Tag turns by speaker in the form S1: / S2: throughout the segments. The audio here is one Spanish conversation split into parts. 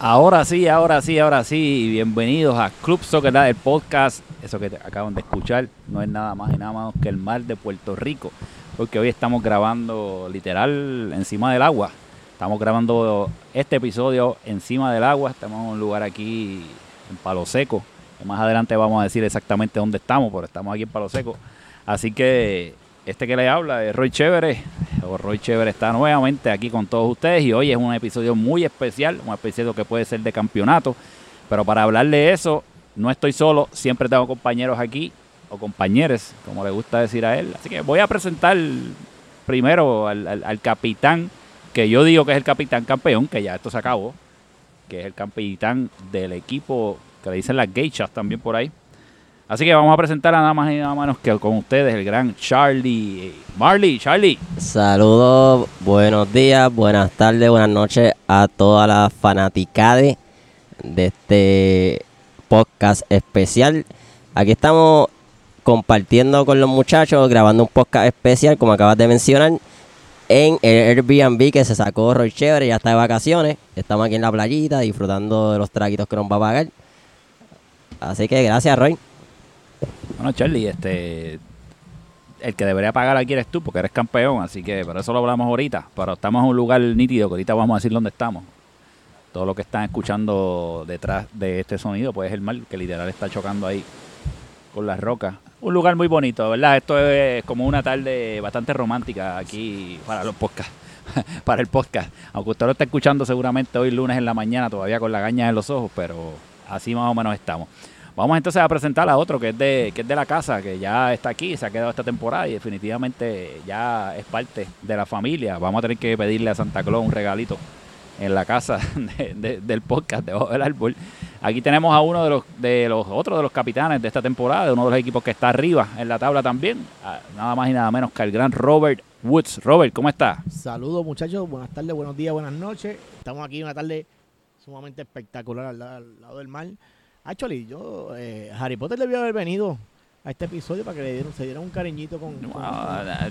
S1: Ahora sí, ahora sí, ahora sí. Y bienvenidos a Club Soccer, Live, el podcast. Eso que te acaban de escuchar no es nada más y nada más que el mar de Puerto Rico. Porque hoy estamos grabando literal encima del agua. Estamos grabando este episodio encima del agua. Estamos en un lugar aquí en Palo Seco. que Más adelante vamos a decir exactamente dónde estamos, pero estamos aquí en Palo Seco. Así que este que le habla es Roy Chévere. O Roy Chévere está nuevamente aquí con todos ustedes y hoy es un episodio muy especial, un episodio que puede ser de campeonato. Pero para hablarle de eso, no estoy solo, siempre tengo compañeros aquí, o compañeros, como le gusta decir a él. Así que voy a presentar primero al, al- al capitán, que yo digo que es el capitán campeón, que ya esto se acabó, que es el capitán del equipo que le dicen las geichas también por ahí. Así que vamos a presentar a nada más y nada menos que con ustedes el gran Charlie. eh, Marley, Charlie.
S2: Saludos, buenos días, buenas tardes, buenas noches a todas las fanaticades de este podcast especial. Aquí estamos compartiendo con los muchachos, grabando un podcast especial, como acabas de mencionar, en el Airbnb que se sacó Roy Chévere, ya está de vacaciones. Estamos aquí en la playita disfrutando de los traguitos que nos va a pagar. Así que gracias, Roy.
S1: Bueno, Charlie, este. El que debería pagar aquí eres tú, porque eres campeón, así que por eso lo hablamos ahorita. Pero estamos en un lugar nítido, que ahorita vamos a decir dónde estamos. Todo lo que están escuchando detrás de este sonido, pues es el mar, que literal está chocando ahí con las rocas. Un lugar muy bonito, ¿verdad? Esto es como una tarde bastante romántica aquí para los podcasts. para el podcast. Aunque usted lo está escuchando seguramente hoy lunes en la mañana, todavía con la gaña en los ojos, pero así más o menos estamos. Vamos entonces a presentar a otro que es de, que es de la casa, que ya está aquí, se ha quedado esta temporada y definitivamente ya es parte de la familia. Vamos a tener que pedirle a Santa Claus un regalito en la casa de- de- del podcast debajo del árbol. Aquí tenemos a uno de los, de los otros de los capitanes de esta temporada, de uno de los equipos que está arriba en la tabla también. Ah, Nada más y nada menos que el gran Robert Woods. Robert, ¿cómo está?
S3: Saludos muchachos, buenas tardes, buenos días, buenas noches. Estamos aquí una tarde sumamente espectacular al, la- al lado del mar. Actually, yo, eh, Harry Potter debió haber venido a este episodio para que le dieran, se dieran un cariñito con,
S1: No,
S3: con-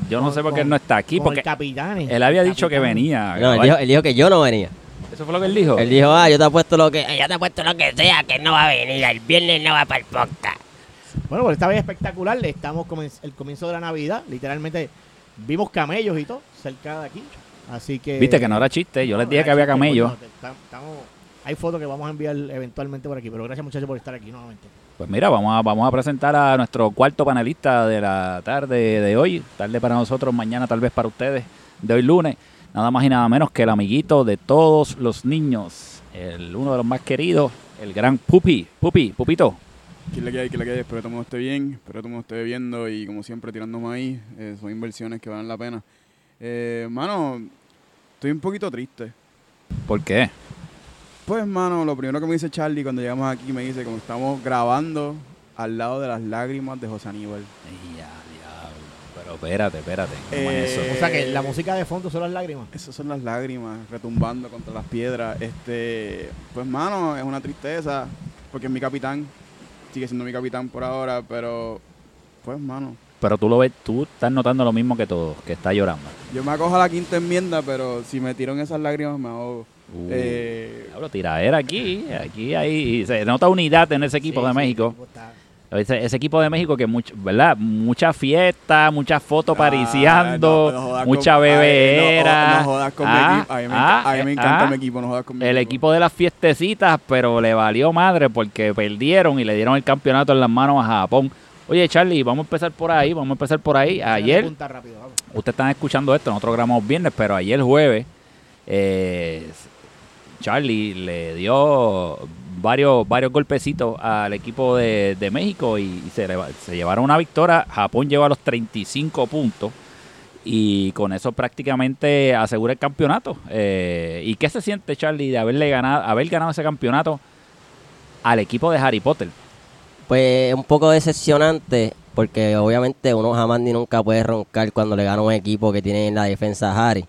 S1: yo no sé por qué él no está aquí,
S3: con
S1: porque
S3: el capitán. eh.
S1: él había dicho que
S3: Capitán.
S1: venía. a
S2: No, él,
S1: grabar.
S2: dijo, él dijo que yo no venía.
S1: Eso fue lo que él dijo.
S2: Él dijo, ah, yo te apuesto lo que...
S4: Yo te he puesto lo que sea, que no va a venir. El viernes no va para el podcast.
S3: Bueno, pues esta vez espectacular, le estamos comen- el comienzo de la Navidad, literalmente vimos camellos y todo cerca de aquí. Así que...
S1: Viste que no era chiste, yo les dije que había camellos.
S3: Estamos- hay fotos que vamos a enviar eventualmente por aquí, pero gracias muchachos por estar aquí nuevamente.
S1: Pues mira, vamos a, vamos a presentar a nuestro cuarto panelista de la tarde de hoy. Tarde para nosotros, mañana tal vez para ustedes, de hoy lunes. Nada más y nada menos que el amiguito de todos los niños, el uno de los más queridos, el gran Pupi. Pupi, Pupito,
S5: ¿Qué es la que hay? ¿Qué es la que hay? Espero que todo el mundo esté bien, espero que todo el mundo esté viendo y como siempre tirando maíz, eh, son inversiones que valen la pena. Eh, mano, estoy un poquito triste.
S1: ¿por qué?
S5: Pues, mano, lo primero que me dice Charlie cuando llegamos aquí me dice como estamos grabando al lado de las lágrimas de José Aníbal.
S1: Ya, diablo. Pero espérate, espérate. ¿cómo es eso?
S5: Eh,
S3: O sea que la música de fondo son las lágrimas.
S5: Esas son las lágrimas retumbando contra las piedras. Este, pues, mano, es una tristeza porque es mi capitán, sigue siendo mi capitán por ahora, pero, pues, mano,
S1: Pero tú lo ves, tú estás notando lo mismo que todos, que está llorando.
S5: Yo me acojo a la quinta enmienda, pero si me tiro en esas lágrimas me ahogo.
S1: Uh,
S5: Eh,
S1: diablo, tiradera aquí, aquí hay. Se nota unidad en ese equipo
S3: Sí,
S1: de
S3: sí,
S1: México.
S3: el equipo está-
S1: Ese, ese equipo de México que mucho, ¿verdad? Mucha fiesta, muchas fotos pariciando,
S5: Ah, no, no jodas
S1: mucha
S5: con- ay, no,
S1: bebeera.
S5: No, jodas con
S1: Ah,
S5: mi equipo. A mí me,
S1: ah,
S5: enca- a mí me
S1: eh,
S5: encanta
S1: ah.
S5: mi equipo, no jodas con mi
S1: el equipo de las fiestecitas, pero le valió madre porque perdieron y le dieron el campeonato en las manos a Japón. Oye, Charlie, vamos a empezar por ahí, vamos a empezar por ahí. Ayer,
S3: Punta rápido, vamos.
S1: ustedes están escuchando esto, nosotros grabamos viernes, pero ayer jueves, eh, Charlie le dio varios, varios golpecitos al equipo de, de México y, y se, le- se llevaron una victoria. Japón lleva los 35 puntos y con eso prácticamente asegura el campeonato. Eh, ¿Y qué se siente, Charlie, de haberle ganado, haber ganado ese campeonato al equipo de Harry Potter?
S2: Pues un poco decepcionante, porque obviamente uno jamás ni nunca puede roncar cuando le gana un equipo que tiene en la defensa a Harry.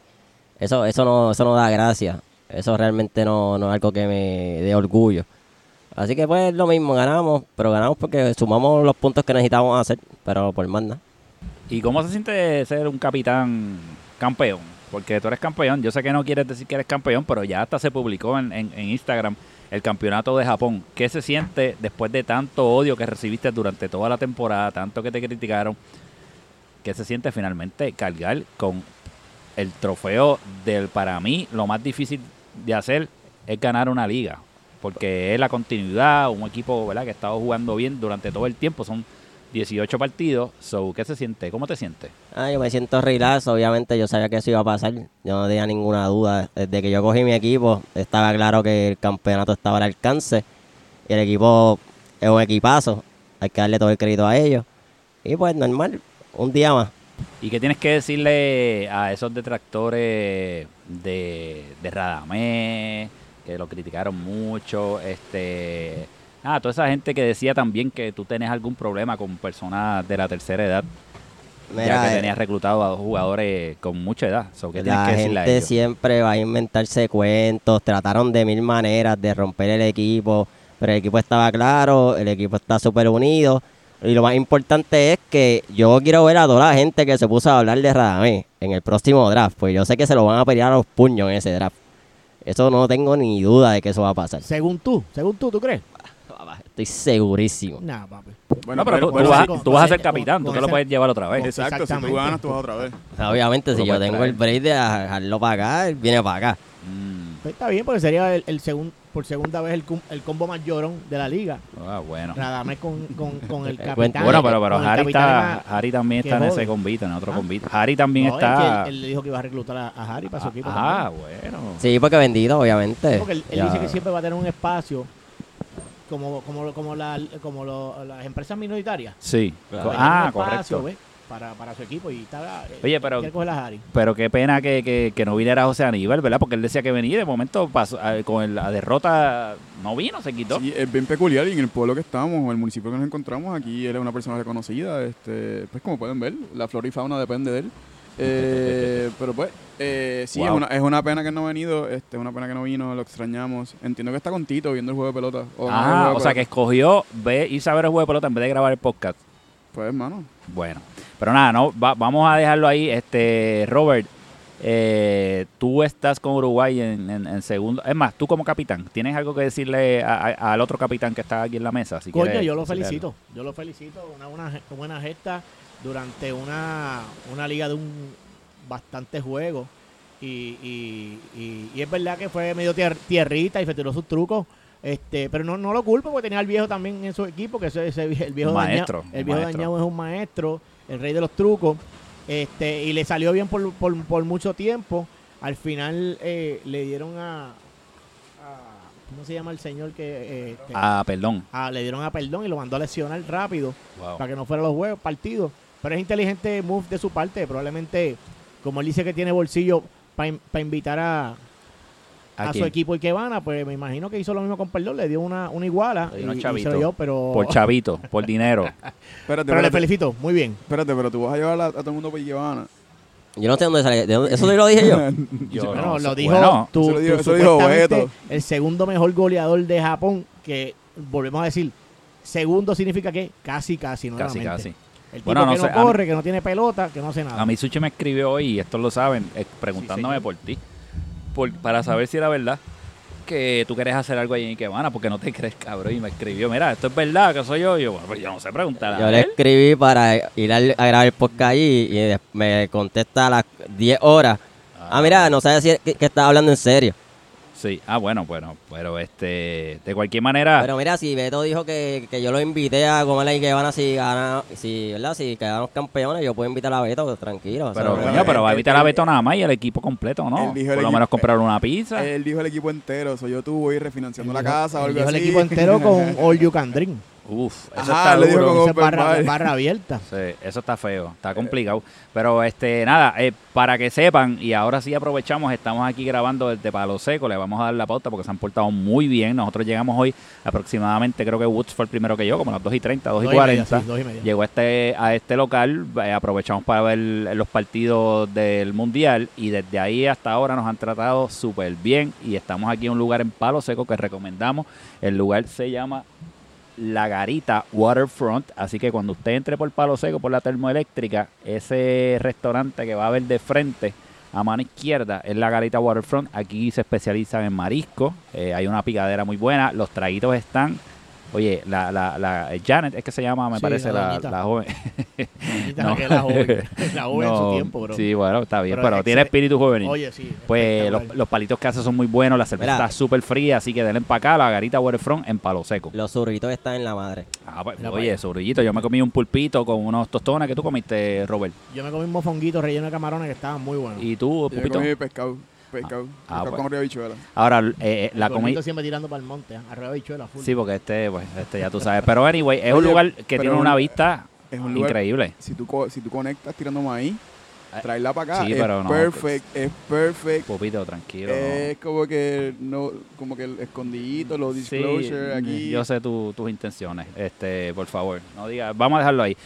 S2: Eso, eso no, eso no da gracia. Eso realmente no, no es algo que me dé orgullo. Así que pues lo mismo, ganamos, pero ganamos porque sumamos los puntos que necesitamos hacer, pero por más nada.
S1: ¿Y cómo se siente ser un capitán campeón? Porque tú eres campeón. Yo sé que no quieres decir que eres campeón, pero ya hasta se publicó en, en- en Instagram el campeonato de Japón. ¿Qué se siente después de tanto odio que recibiste durante toda la temporada, tanto que te criticaron? ¿Qué se siente finalmente cargar con el trofeo del, para mí, lo más difícil de hacer es ganar una liga? Porque es la continuidad, un equipo ¿verdad? que ha estado jugando bien durante todo el tiempo. Son 18 partidos. So, ¿Qué se siente? ¿Cómo te sientes?
S2: Ah, yo me siento relax, obviamente yo sabía que eso iba a pasar, yo no tenía ninguna duda. Desde que yo cogí mi equipo, estaba claro que el campeonato estaba al alcance y el equipo es un equipazo, hay que darle todo el crédito a ellos. Y pues normal, un día más.
S1: ¿Y qué tienes que decirle a esos detractores de, de Radamés, que lo criticaron mucho? Este, nada, toda esa gente que decía también que tú tenés algún problema con personas de la tercera edad,
S2: Mira,
S1: ya que
S2: eh,
S1: tenías reclutado a dos jugadores con mucha edad. So, ¿Qué tienes
S2: la
S1: que decirle a
S2: gente
S1: ellos?
S2: siempre va a inventarse cuentos, trataron de mil maneras de romper el equipo, pero el equipo estaba claro, el equipo está súper unido. Y lo más importante es que yo quiero ver a toda la gente que se puso a hablar de Radamés en el próximo draft, pues yo sé que se lo van a pelear a los puños en ese draft. Eso no tengo ni duda de que eso va a pasar.
S3: Según tú, según tú, ¿tú crees?
S2: Estoy segurísimo.
S3: Nah, papi.
S1: no, pero tú,
S3: bueno,
S1: tú vas,
S3: sí,
S1: tú vas a
S3: con-
S1: ser
S3: con-
S1: capitán,
S3: con
S1: tú te lo
S3: ese-
S1: puedes llevar otra vez.
S3: con-
S5: Exacto, si tú
S3: Exactamente.
S5: ganas, tú vas otra vez.
S2: O sea, obviamente,
S1: Tú
S2: si
S1: lo
S2: yo
S1: puedes
S2: tengo
S1: traer.
S2: el break de dejarlo para acá, él viene para acá.
S1: Mm,
S3: Pues está bien, porque sería el, el segun- por segunda vez el, cum- el combo más llorón de la liga.
S1: ah, bueno.
S3: Radamés con, con, con el
S2: Cuenta.
S3: capitán.
S1: Bueno, pero, pero
S3: con el
S1: Harry,
S3: capitán
S1: está,
S3: era-
S1: Harry también
S3: que
S1: está en ese
S3: jode.
S1: convite, en otro
S3: Ah.
S1: convite. Harry también
S3: No, es
S1: está...
S3: que él, él le dijo que iba a reclutar a, a Harry para su equipo.
S1: ah,
S3: también.
S1: bueno.
S2: Sí, porque vendido, obviamente.
S3: Porque él, él
S2: Ya.
S3: dice que siempre va a tener un espacio como, como, como, la, como lo- las empresas minoritarias.
S1: Sí.
S2: Claro.
S1: Co-
S3: Va
S1: Ah,
S3: a tener un espacio,
S1: correcto.
S3: ¿ves? Para, para su equipo y está. eh,
S1: Oye, pero-
S3: quiere coger a Harry.
S1: Pero qué pena que, que- que no viniera José Aníbal, ¿verdad? Porque él decía que venía y de momento pasó, a- con el- la derrota no vino, se quitó.
S5: Sí, es bien peculiar y en el pueblo que estamos, en el municipio que nos encontramos, aquí él es una persona reconocida. Este, pues como pueden ver, la flora y fauna depende de él. Eh, pero pues, eh, sí,
S1: Wow.
S5: es, una, es una pena que no ha venido, este, es una pena que no vino, lo extrañamos. Entiendo que está con Tito viendo el juego de pelota. o no el
S1: Ah,
S5: juego de
S1: o sea
S5: pelota.
S1: que escogió ve, irse a ver el juego de pelota en vez de grabar el podcast.
S5: Pues, hermano,
S1: Bueno, pero nada, no, va- vamos a dejarlo ahí. Este, Robert, eh, tú estás con Uruguay en, en- en segundo. Es más, tú como capitán, ¿tienes algo que decirle a- a- al otro capitán que está aquí en la mesa? Si
S3: Coño,
S1: quieres
S3: yo lo
S1: decirle algo?
S3: felicito. Yo lo felicito. Una buena, ge- buena gesta durante una, una liga de un bastante juego. Y, y- y- y es verdad que fue medio tier- tierrita y se tiró sus trucos. Este, pero no, no lo culpo porque tenía al viejo también en su equipo, que ese, ese vie- el viejo
S1: Un
S3: dañado-
S1: maestro,
S3: el
S1: un
S3: viejo
S1: maestro.
S3: dañado es un maestro, el rey de los trucos. Este, y le salió bien por, por- por mucho tiempo. Al final eh, le dieron a, a- ¿Cómo se llama el señor que.? eh, este,
S1: Ah, perdón.
S3: Ah, le dieron a perdón y lo mandó a lesionar rápido
S1: Wow.
S3: para que no fuera los juegos, partidos. Pero es inteligente move de su parte. Probablemente, como él dice que tiene bolsillo para invitar a, a
S1: ¿A
S3: su
S1: quién?
S3: equipo y que van a, pues me imagino que hizo lo mismo con perdón. Le dio una, una iguala
S1: Le
S3: y,
S1: dio unos
S3: y se
S1: chavitos.
S3: lo dio, pero,
S1: Por chavito, por dinero.
S5: espérate,
S3: pero le
S5: espérate,
S3: felicito. Muy bien.
S5: espérate, pero tú vas a llevar a, a todo el mundo por Ivana.
S2: Yo no sé dónde sale. de dónde- Eso lo dije yo.
S1: Yo
S3: Bueno,
S1: no
S3: lo
S1: sé.
S3: dijo
S1: Bueno,
S3: tu-
S5: eso lo dijo-
S3: tu
S5: eso lo dijo
S3: supuestamente
S5: Beto.
S3: el segundo mejor goleador de Japón, que volvemos a decir, segundo significa que casi, casi, no
S1: casi,
S3: nuevamente.
S1: casi.
S3: El tipo
S1: Bueno, no
S3: que
S1: sé, a
S3: no
S1: mí-
S3: corre, que no tiene pelota, que no hace
S5: Ah.
S3: nada.
S1: A mí Suchi me escribió hoy, y esto lo saben, eh, preguntándome
S3: Sí, señor.
S1: por ti. por- para saber si era verdad que tú querés hacer algo allí en Ikebana porque no te crees, cabrón. Y me escribió, mira, esto es verdad, que soy yo. Y yo, bueno, pues yo no sé preguntar a
S2: Yo le
S1: él.
S2: escribí para ir al- a grabar el podcast allí y des- me contesta a las 10 horas. Ah, mira, no sabes si es que, que estaba hablando en serio.
S1: Sí, ah, bueno, bueno, pero este, de cualquier
S5: Ah.
S1: manera,
S2: Pero mira, si Beto dijo que, que yo lo invité a comer la Ikebana si gana, si, ¿verdad? si quedamos campeones, yo puedo invitar a Beto, pues, tranquilo.
S1: pero,
S2: ¿sabes?
S5: pero-
S1: coño, pero va a invitar a
S5: él-
S1: Beto nada más y el equipo completo, ¿no?
S5: él dijo el Eh,
S1: Por lo
S5: equipo-
S1: menos comprar una pizza.
S5: Él dijo el equipo entero, soy yo tú voy refinanciando la casa o
S3: Él
S5: algo
S3: dijo
S5: así.
S3: el equipo entero con All You Can Drink.
S1: Uf, eso
S5: Ajá,
S1: está
S5: le dijo
S1: duro.
S5: con-
S3: Esa es
S5: Open
S3: barra,
S5: bar.
S3: barra abierta.
S1: Sí, eso está feo,
S3: Eh.
S1: está complicado. Pero este, nada, eh, para que sepan, y ahora sí aprovechamos, estamos aquí grabando desde Palo Seco, le vamos a dar la pauta porque se han portado muy bien. Nosotros llegamos hoy aproximadamente, creo que Woods fue el primero que yo, como a las 2 y 30, 2 y
S3: Dos y media,
S1: 40.
S3: sí, dos y media.
S1: Llegó a este, a este local, eh, aprovechamos para ver los partidos del Mundial y desde ahí hasta ahora nos han tratado súper bien y estamos aquí en un lugar en Palo Seco que recomendamos. El lugar se llama La Garita Waterfront, así que cuando usted entre por Palo Seco, por la termoeléctrica, ese restaurante que va a ver de frente A mano izquierda es la garita Waterfront. Aquí se especializan en marisco. Eh, hay una picadera muy buena. Los traguitos están. Oye, la, la, la eh, Janet es que se llama, me
S3: Sí,
S1: parece,
S3: la
S1: la,
S3: doñita.
S1: la joven.
S3: Maldita
S1: No.
S3: que la joven. La joven en
S1: No,
S3: su tiempo, bro.
S1: Sí, bueno, está bien,
S3: Pero
S1: pero, tiene
S3: excel-
S1: espíritu juvenil.
S3: Oye, sí.
S1: Pues
S3: espectacular.
S1: los, los palitos que hace son muy buenos, la cerveza
S2: Mira.
S1: está súper fría, así que denle para acá la garita Waterfront en palo seco.
S2: Los zurritos están en la madre.
S1: Ah, pues,
S3: Mira para
S1: oye, sobrillito, yo me comí un pulpito con unos tostones que tú comiste, Robert.
S3: Yo me comí un mofonguito relleno de camarones que estaban muy buenos.
S1: Y tú,
S5: Yo
S1: pulpito.
S5: comí pescado, pescado,
S1: Ah, ah,
S5: pescado
S1: bueno.
S3: pues.
S5: con río bichuela.
S1: Ahora, eh, eh, la
S3: El
S1: comida.
S3: gordito siempre tirando para el monte, ¿eh? arriba de bichuela, full.
S1: Sí, porque este, pues, este ya tú sabes. Pero anyway, es un
S5: Oye,
S1: lugar que
S5: pero
S1: tiene
S5: un-
S1: una vista
S5: Es un lugar,
S1: increíble.
S5: si tú, co- si tú conectas tirando maíz,
S1: Ah,
S5: traerla para acá,
S1: sí,
S5: es
S1: pero no,
S5: perfect, es perfect.
S1: Pupito, tranquilo. no.
S5: Es como que no, como que el escondidito, los
S1: Sí, mm,
S5: disclosure aquí.
S1: Yo sé tu- tus intenciones, este, por favor. No digas, vamos a dejarlo ahí.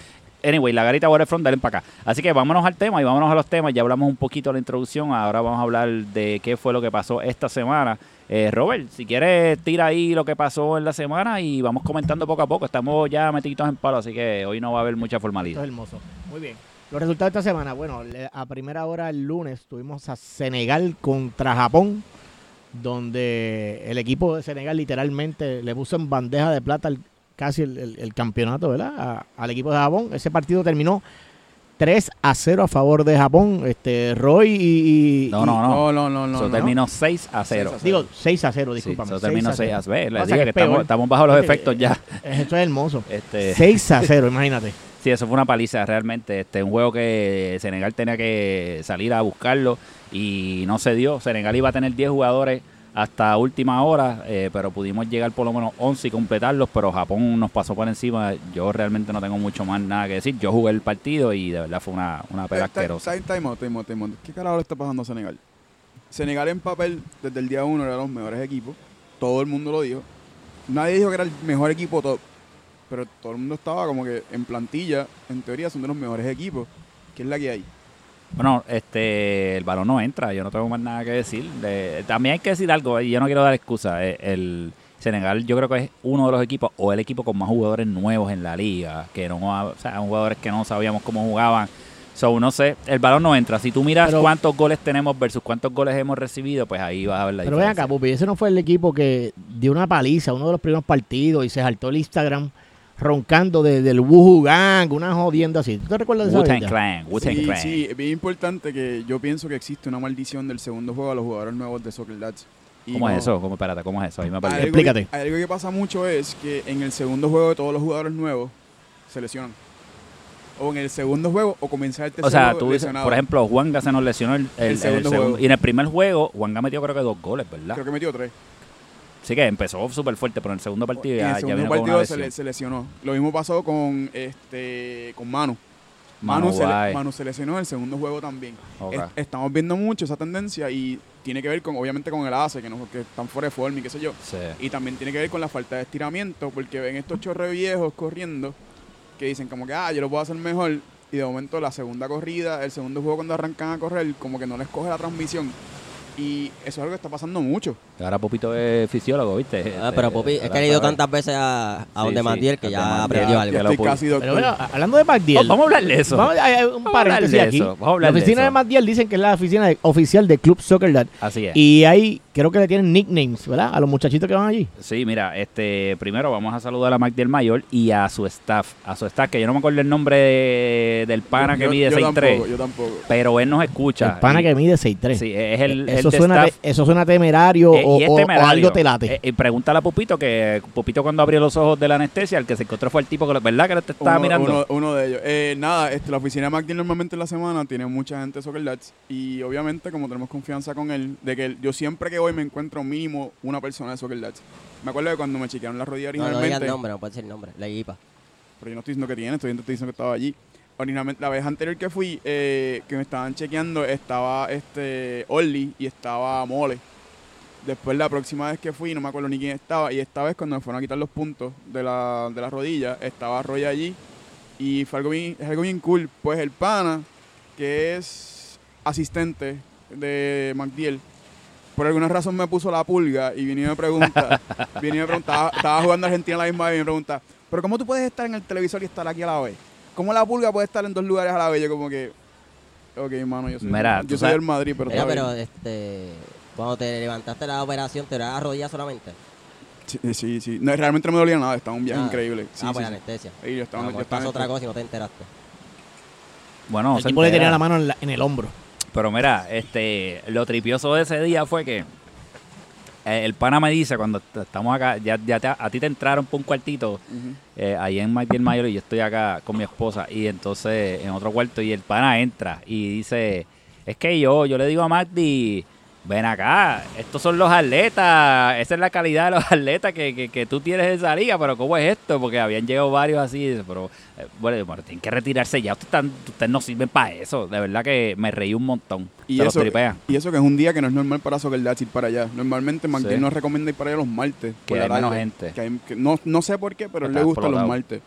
S1: Anyway, la garita Waterfront, dale para acá. Así que vámonos al tema y vámonos a los temas. Ya hablamos un poquito de la introducción. Ahora vamos a hablar de qué fue lo que pasó esta semana. Eh, Robert, si quieres, tira ahí lo que pasó en la semana y vamos comentando poco a poco. Estamos ya metiditos en palo, así que hoy no va a haber mucha
S3: Esto
S1: formalidad.
S3: es hermoso. Muy bien. Los resultados de esta semana. Bueno, le- a primera hora el lunes tuvimos a Senegal contra Japón, donde el equipo de Senegal literalmente le puso en bandeja de plata el- casi el, el- el campeonato, ¿verdad? A- al equipo de Japón. Ese partido terminó 3 a 0 a favor de Japón. Este, Roy y. y-
S1: No, no,
S3: y-
S1: no.
S5: no, no, no.
S1: Eso
S5: no.
S1: terminó 6 a 0.
S3: Digo, 6 a 0,
S1: Sí,
S3: discúlpame.
S1: eso
S3: 6 a
S1: terminó 6
S3: 0.
S1: a 0. Les
S3: Pasa
S1: dije
S3: que
S1: que
S3: es peor.
S1: estamos, estamos bajo los
S3: Eh,
S1: efectos ya.
S3: Eso es hermoso.
S1: Este,
S3: 6 a 0, imagínate.
S1: Sí, eso fue una paliza realmente. Este, un juego que Senegal tenía que salir a buscarlo y no se dio. Senegal iba a tener 10 jugadores hasta última hora, eh, pero pudimos llegar por lo menos 11 y completarlos, pero Japón nos pasó por encima. Yo realmente no tengo mucho más nada que decir. Yo jugué el partido y de verdad fue una, una
S5: Eh,
S1: pela
S5: ti-
S1: asquerosa.
S5: time- time out, time out, time out. ¿Qué carajo le está pasando a Senegal? Senegal en papel, desde el día uno, era los mejores equipos. Todo el mundo lo dijo. Nadie dijo que era el mejor equipo top. Pero todo el mundo estaba como que en plantilla, en teoría son de los mejores equipos. ¿Qué es la que hay?
S1: Bueno, este, el balón no entra, yo no tengo más nada que decir. Eh, también hay que decir algo, eh, yo no quiero dar excusas. eh, el Senegal yo creo que es uno de los equipos, o el equipo con más jugadores nuevos en la liga, que no, ha- o sea, jugadores que no sabíamos cómo jugaban. So, no sé, el balón no entra. Si tú miras
S3: Pero-
S1: cuántos goles tenemos versus cuántos goles hemos recibido, pues ahí vas a ver la
S3: Pero ven
S1: diferencia.
S3: acá, Pupi, ese no fue el equipo que dio una paliza, uno de los primeros partidos, y se saltó el Instagram roncando de- del Wuhu Gang, una jodienda así. ¿Tú te recuerdas de esa
S1: Wu-Tang
S3: vida?
S1: Clan, Wu-Tang
S5: Sí,
S1: Clan.
S5: sí, es bien importante que yo pienso que existe una maldición del segundo juego a los jugadores nuevos de Soccer Lads. Y
S1: ¿Cómo es
S5: no- Ah,
S1: eso? ¿Cómo, espérate, ¿cómo es eso? Ahí me perdí.
S5: Algo que-
S3: Explícate.
S5: algo que pasa mucho es que en el segundo juego de todos los jugadores nuevos se lesionan. O en el segundo juego o comenzar el tercer
S1: O sea,
S5: juego
S1: tú dices,
S5: lesionado.
S1: por ejemplo, Juanga se nos lesionó el, el-
S5: El
S1: el
S5: segundo
S1: segundo.
S5: juego.
S1: Y en el primer juego, Juanga metió creo que dos goles, ¿verdad?
S5: Creo que metió tres.
S1: Sí que empezó súper fuerte, pero en el segundo partido
S5: en
S1: ya,
S5: el
S1: ya
S5: segundo
S1: vino con una
S5: partido se,
S1: lesión.
S5: le- se lesionó. Lo mismo pasó con este con Manu.
S1: Manu
S5: se, le-
S1: Guay.
S5: Manu se lesionó en el segundo juego también.
S1: Ok.
S5: Es- estamos viendo mucho esa tendencia y tiene que ver con, obviamente, con el ACE, que no que están fuera de forma y qué sé yo.
S1: Sí.
S5: Y también tiene que ver con la falta de estiramiento, porque ven estos chorre viejos corriendo que dicen como que, ah, yo lo puedo hacer mejor. Y de momento la segunda corrida, el segundo juego cuando arrancan a correr, como que no les coge la transmisión. Y eso es algo que está pasando mucho.
S1: Ahora Popito es fisiólogo, ¿viste? Este,
S2: Ah, pero Popi, es que he ido
S1: Oh,
S2: tantas veces a, a
S1: Sí,
S2: donde
S1: sí,
S2: Matiel que
S1: a
S2: ya
S1: donde Matiel.
S2: aprendió
S1: Ya-
S2: algo.
S5: Ya
S1: que lo
S5: estoy
S1: pude.
S5: casi doctor.
S3: Pero bueno, hablando de Matt Diel,
S1: Oh, vamos a hablar de eso.
S3: vamos a- hay un
S1: Vamos a hablar
S3: paréntesis
S1: de
S3: aquí.
S1: eso, vamos a
S3: La
S1: hablar de
S3: oficina de,
S1: eso.
S3: Matt Diel dicen que es la oficina de- oficial de Club Soccer Dad.
S1: Así es.
S3: Y ahí creo que le tienen nicknames, ¿verdad? A los muchachitos que van allí.
S1: Sí, mira, este, primero vamos a saludar a Mac del Mayor y a su staff. A su staff, que yo no me acuerdo el nombre de- del pana que
S5: Yo-
S1: mide
S5: yo tampoco,
S1: 6'3",
S5: Yo tampoco.
S1: pero él nos escucha.
S3: el pana
S1: Y-
S3: que mide 6'3".
S1: Sí, es el,
S3: eso,
S1: el de
S3: suena,
S1: staff.
S3: te- eso suena temerario
S1: Eh,
S3: o,
S1: y es
S3: o- o
S1: temerario.
S3: algo te late.
S1: Eh, y pregúntale a Pupito que Pupito cuando abrió los ojos de la anestesia, el que se encontró fue el tipo que, lo- ¿verdad? Que te estaba
S5: uno,
S1: mirando.
S5: Uno, uno de ellos. Eh, nada, este, la oficina de MacDill normalmente en la semana tiene mucha gente de Soccer Lads y obviamente como tenemos confianza con él, de que él- yo siempre que voy me encuentro mínimo una persona de Soccer Lads. Me acuerdo de cuando me chequearon la rodilla
S2: No, no digas
S5: originalmente,
S2: nombre, no puede ser nombre. La equipa.
S5: pero yo no estoy diciendo que tiene, estoy estoy diciendo que estaba allí. Originalmente, la vez anterior que fui, eh, que me estaban chequeando, estaba este Orly y estaba Mole. Después la próxima vez que fui, no me acuerdo ni quién estaba, y esta vez cuando me fueron a quitar los puntos de la, de la rodilla, estaba Roy allí. Y fue algo bien, es algo bien cool. Pues el pana, que es asistente de MacDiel, por alguna razón me puso la pulga y vino y me pregunta, vino y me preguntaba, estaba jugando Argentina la misma vez y me pregunta, pero ¿cómo tú puedes estar en el televisor y estar aquí a la vez? ¿Cómo la pulga puede estar en dos lugares a la vez? Yo como que, Ok, mano, yo soy,
S1: Mira,
S5: yo
S1: tú
S5: soy
S1: sabes-
S5: del Madrid, pero,
S2: Mira,
S5: está
S2: pero
S5: bien.
S2: este, cuando te levantaste la operación, ¿te dolía la rodilla solamente?
S5: Sí, eh, sí, sí. No, realmente no me dolía nada, estaba un viaje
S2: Ah.
S5: increíble.
S2: ah,
S5: Sí, sí,
S2: pues
S5: sí.
S2: anestesia.
S5: Y yo estaba,
S2: A lo
S5: yo
S2: mejor
S5: estaba
S2: pasó
S5: en-
S2: pues otra cosa y no te enteraste.
S1: Bueno, no
S3: el
S1: se
S3: tipo le tenía
S1: entera.
S3: la mano en, la- en el hombro.
S1: Pero mira, este, lo tripioso de ese día fue que eh, el pana me dice cuando est- estamos acá, ya, ya te- a ti te entraron por un cuartito
S5: Ujú.
S1: eh, ahí en Martín Mayor y yo estoy acá con mi esposa y entonces en otro cuarto y el pana entra y dice, es que yo, yo le digo a Magdi, ven acá, estos son los atletas, esa es la calidad de los atletas que, que, que tú tienes en esa liga, pero ¿cómo es esto? Porque habían llegado varios así, y dice, pero eh, bueno, bueno, tienen que retirarse ya, ustedes, están- ustedes no sirven para eso, de verdad que me reí un montón,
S5: Y
S1: se los
S5: eso-
S1: tripea.
S5: Y eso que es un día que no es normal para Soccer ir para allá. Normalmente Martín
S1: Sí.
S5: nos recomienda ir para allá los martes.
S1: Que
S5: por la
S1: hay menos
S5: tarde.
S1: gente.
S5: Que hay- que no, no sé por qué, pero a él
S1: Está
S5: le gustan los
S1: explotado.
S5: martes.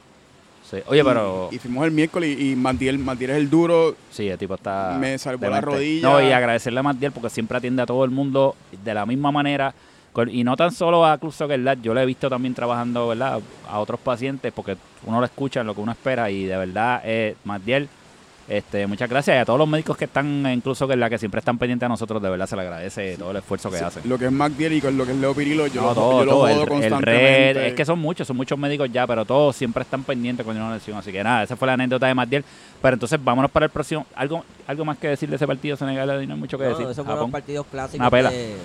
S1: Sí. Oye, pero...
S5: Y, y fuimos el miércoles y, y Martín, Martín es el duro.
S1: Sí, el tipo está.
S5: Me salvó la rodilla.
S1: No, y agradecerle a Martiel porque siempre atiende a todo el mundo de la misma manera. Con- Y no tan solo a Club Soccer Lab, yo lo he visto también trabajando, ¿verdad? A otros pacientes porque uno lo escucha en lo que uno espera y de verdad, eh, Martiel, este, muchas gracias. Y a todos los médicos que están en Club Soccer Lab, que siempre están pendientes a nosotros, de verdad se le agradece todo el esfuerzo que hacen.
S5: Lo que es Martín y con lo que es Leo Pirillo, yo
S1: No,
S5: lo,
S1: todo,
S5: yo lo
S1: todo,
S5: jodo
S1: el, el
S5: constantemente.
S1: red, es que son muchos, son muchos médicos ya, pero todos siempre están pendientes cuando hay una lesión, así que nada, esa fue la anécdota de Martiel, pero entonces vámonos para el próximo, algo algo más que decir de ese partido Senegal, no hay mucho que
S2: No,
S1: decir,
S2: esos fueron los
S1: Japón,
S2: partidos
S1: Una
S2: clásicos
S1: pela.
S2: de,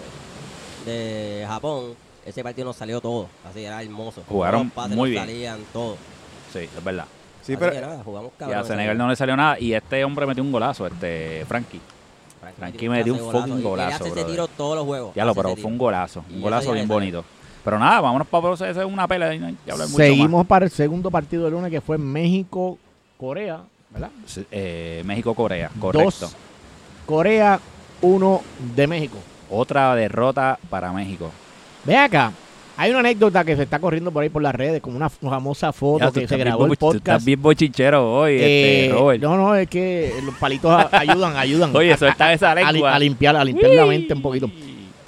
S2: de Japón. Ese partido nos salió todo, así era hermoso.
S1: Jugaron
S2: Los pases
S1: muy bien.
S2: nos salían todo.
S1: sí, es verdad,
S5: Sí,
S2: Así
S5: pero
S2: que nada, jugamos
S1: y
S2: cabrón.
S1: a
S2: ese
S1: Senegal
S2: día.
S1: no le salió nada, y este hombre metió un golazo, este Frankie, Frankie metió un
S2: clase de
S1: fucking
S2: Y le
S1: golazo,
S2: hace ese
S1: brother.
S2: tiro todos los juegos.
S1: ya lo,
S2: hace
S1: pero
S2: ese
S1: fue
S2: tiro.
S1: un golazo,
S2: Y
S1: un
S2: eso
S1: golazo
S2: ya
S1: bien
S2: le salió.
S1: bonito, pero nada, vámonos para esa es una pelea, y no hay que hablar mucho
S3: Seguimos para el segundo partido del lunes que fue México-Corea, ¿verdad?
S1: más, Sí, eh, México-Corea, correcto,
S3: Dos Corea, uno de México.
S1: otra derrota para México,
S3: Ve acá. Hay una anécdota que se está corriendo por ahí por las redes, como una famosa foto
S1: Ya, tú
S3: que se
S1: estás bien
S3: grabó el
S1: bochi- tú Estás
S3: podcast.
S1: bien bochichero hoy,
S3: Eh,
S1: este, Robert.
S3: no, no, es que los palitos a- ayudan, ayudan.
S1: Oye, suelta esa
S3: a, li-
S1: lengua.
S3: a limpiar, a limpiar la mente un poquito.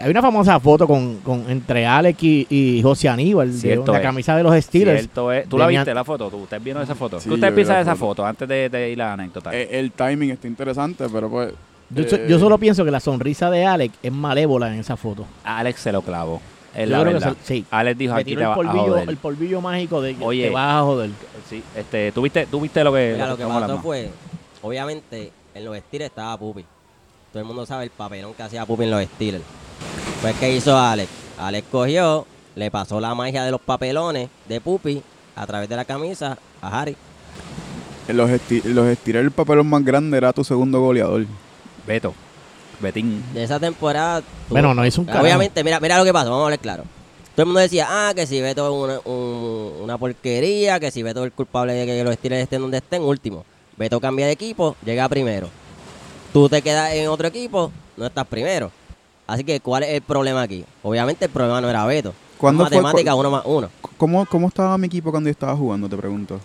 S3: Hay una famosa foto con, con entre Alex y, y José Aníbal
S1: Cierto
S3: de la
S1: es.
S3: camisa de los Steelers.
S1: Cierto es. ¿Tú la
S3: Venía-
S1: viste la foto? ¿Tú, ¿Ustedes vieron esa foto?
S5: Sí,
S1: ¿Qué
S5: yo
S1: ustedes
S5: vi
S1: piensan
S5: la
S1: de esa
S5: foto.
S1: foto antes de, de ir a la anécdota?
S5: eh, el timing está interesante, pero pues.
S3: Yo, so-
S5: eh,
S3: yo solo pienso que la sonrisa de Alex es malévola en esa foto.
S1: Alex se lo clavó. Es
S3: Yo
S1: la
S3: creo que
S1: verdad.
S3: se- sí.
S1: Alex dijo,
S3: Le
S1: aquí
S3: tiró
S1: te
S3: el
S1: vas a
S3: polvillo,
S1: joder.
S3: el polvillo mágico de que
S1: Oye.
S3: te vas a joder.
S1: Sí, este, ¿tú, viste, tú viste lo que...
S2: Mira, lo que
S1: estamos
S2: pasó
S1: hablando?
S2: fue, obviamente, en los Steelers estaba Pupi. Todo el mundo sabe el papelón que hacía Pupi en los Steelers. Pues, ¿qué hizo Alex? Alex cogió, le pasó la magia de los papelones de Pupi a través de la camisa a Harry.
S5: eh, Los, esti- los estirar el papelón más grande era tu segundo goleador.
S1: Beto. Betín.
S2: De esa temporada... tuvo-
S3: Bueno, no hizo un carajo.
S2: Obviamente, mira, mira lo que pasó, vamos a hablar claro. Todo el mundo decía, ah, que si Beto es una, un- una porquería, que si Beto es el culpable de que los Steelers estén donde estén, último. Beto cambia de equipo, llega primero. Tú te quedas en otro equipo, no estás primero. Así que, ¿cuál es el problema aquí? Obviamente el problema no era Beto.
S5: ¿Cuándo fue-
S2: Matemática, uno más uno.
S5: ¿Cómo, ¿Cómo estaba mi equipo cuando yo estaba jugando? Te pregunto.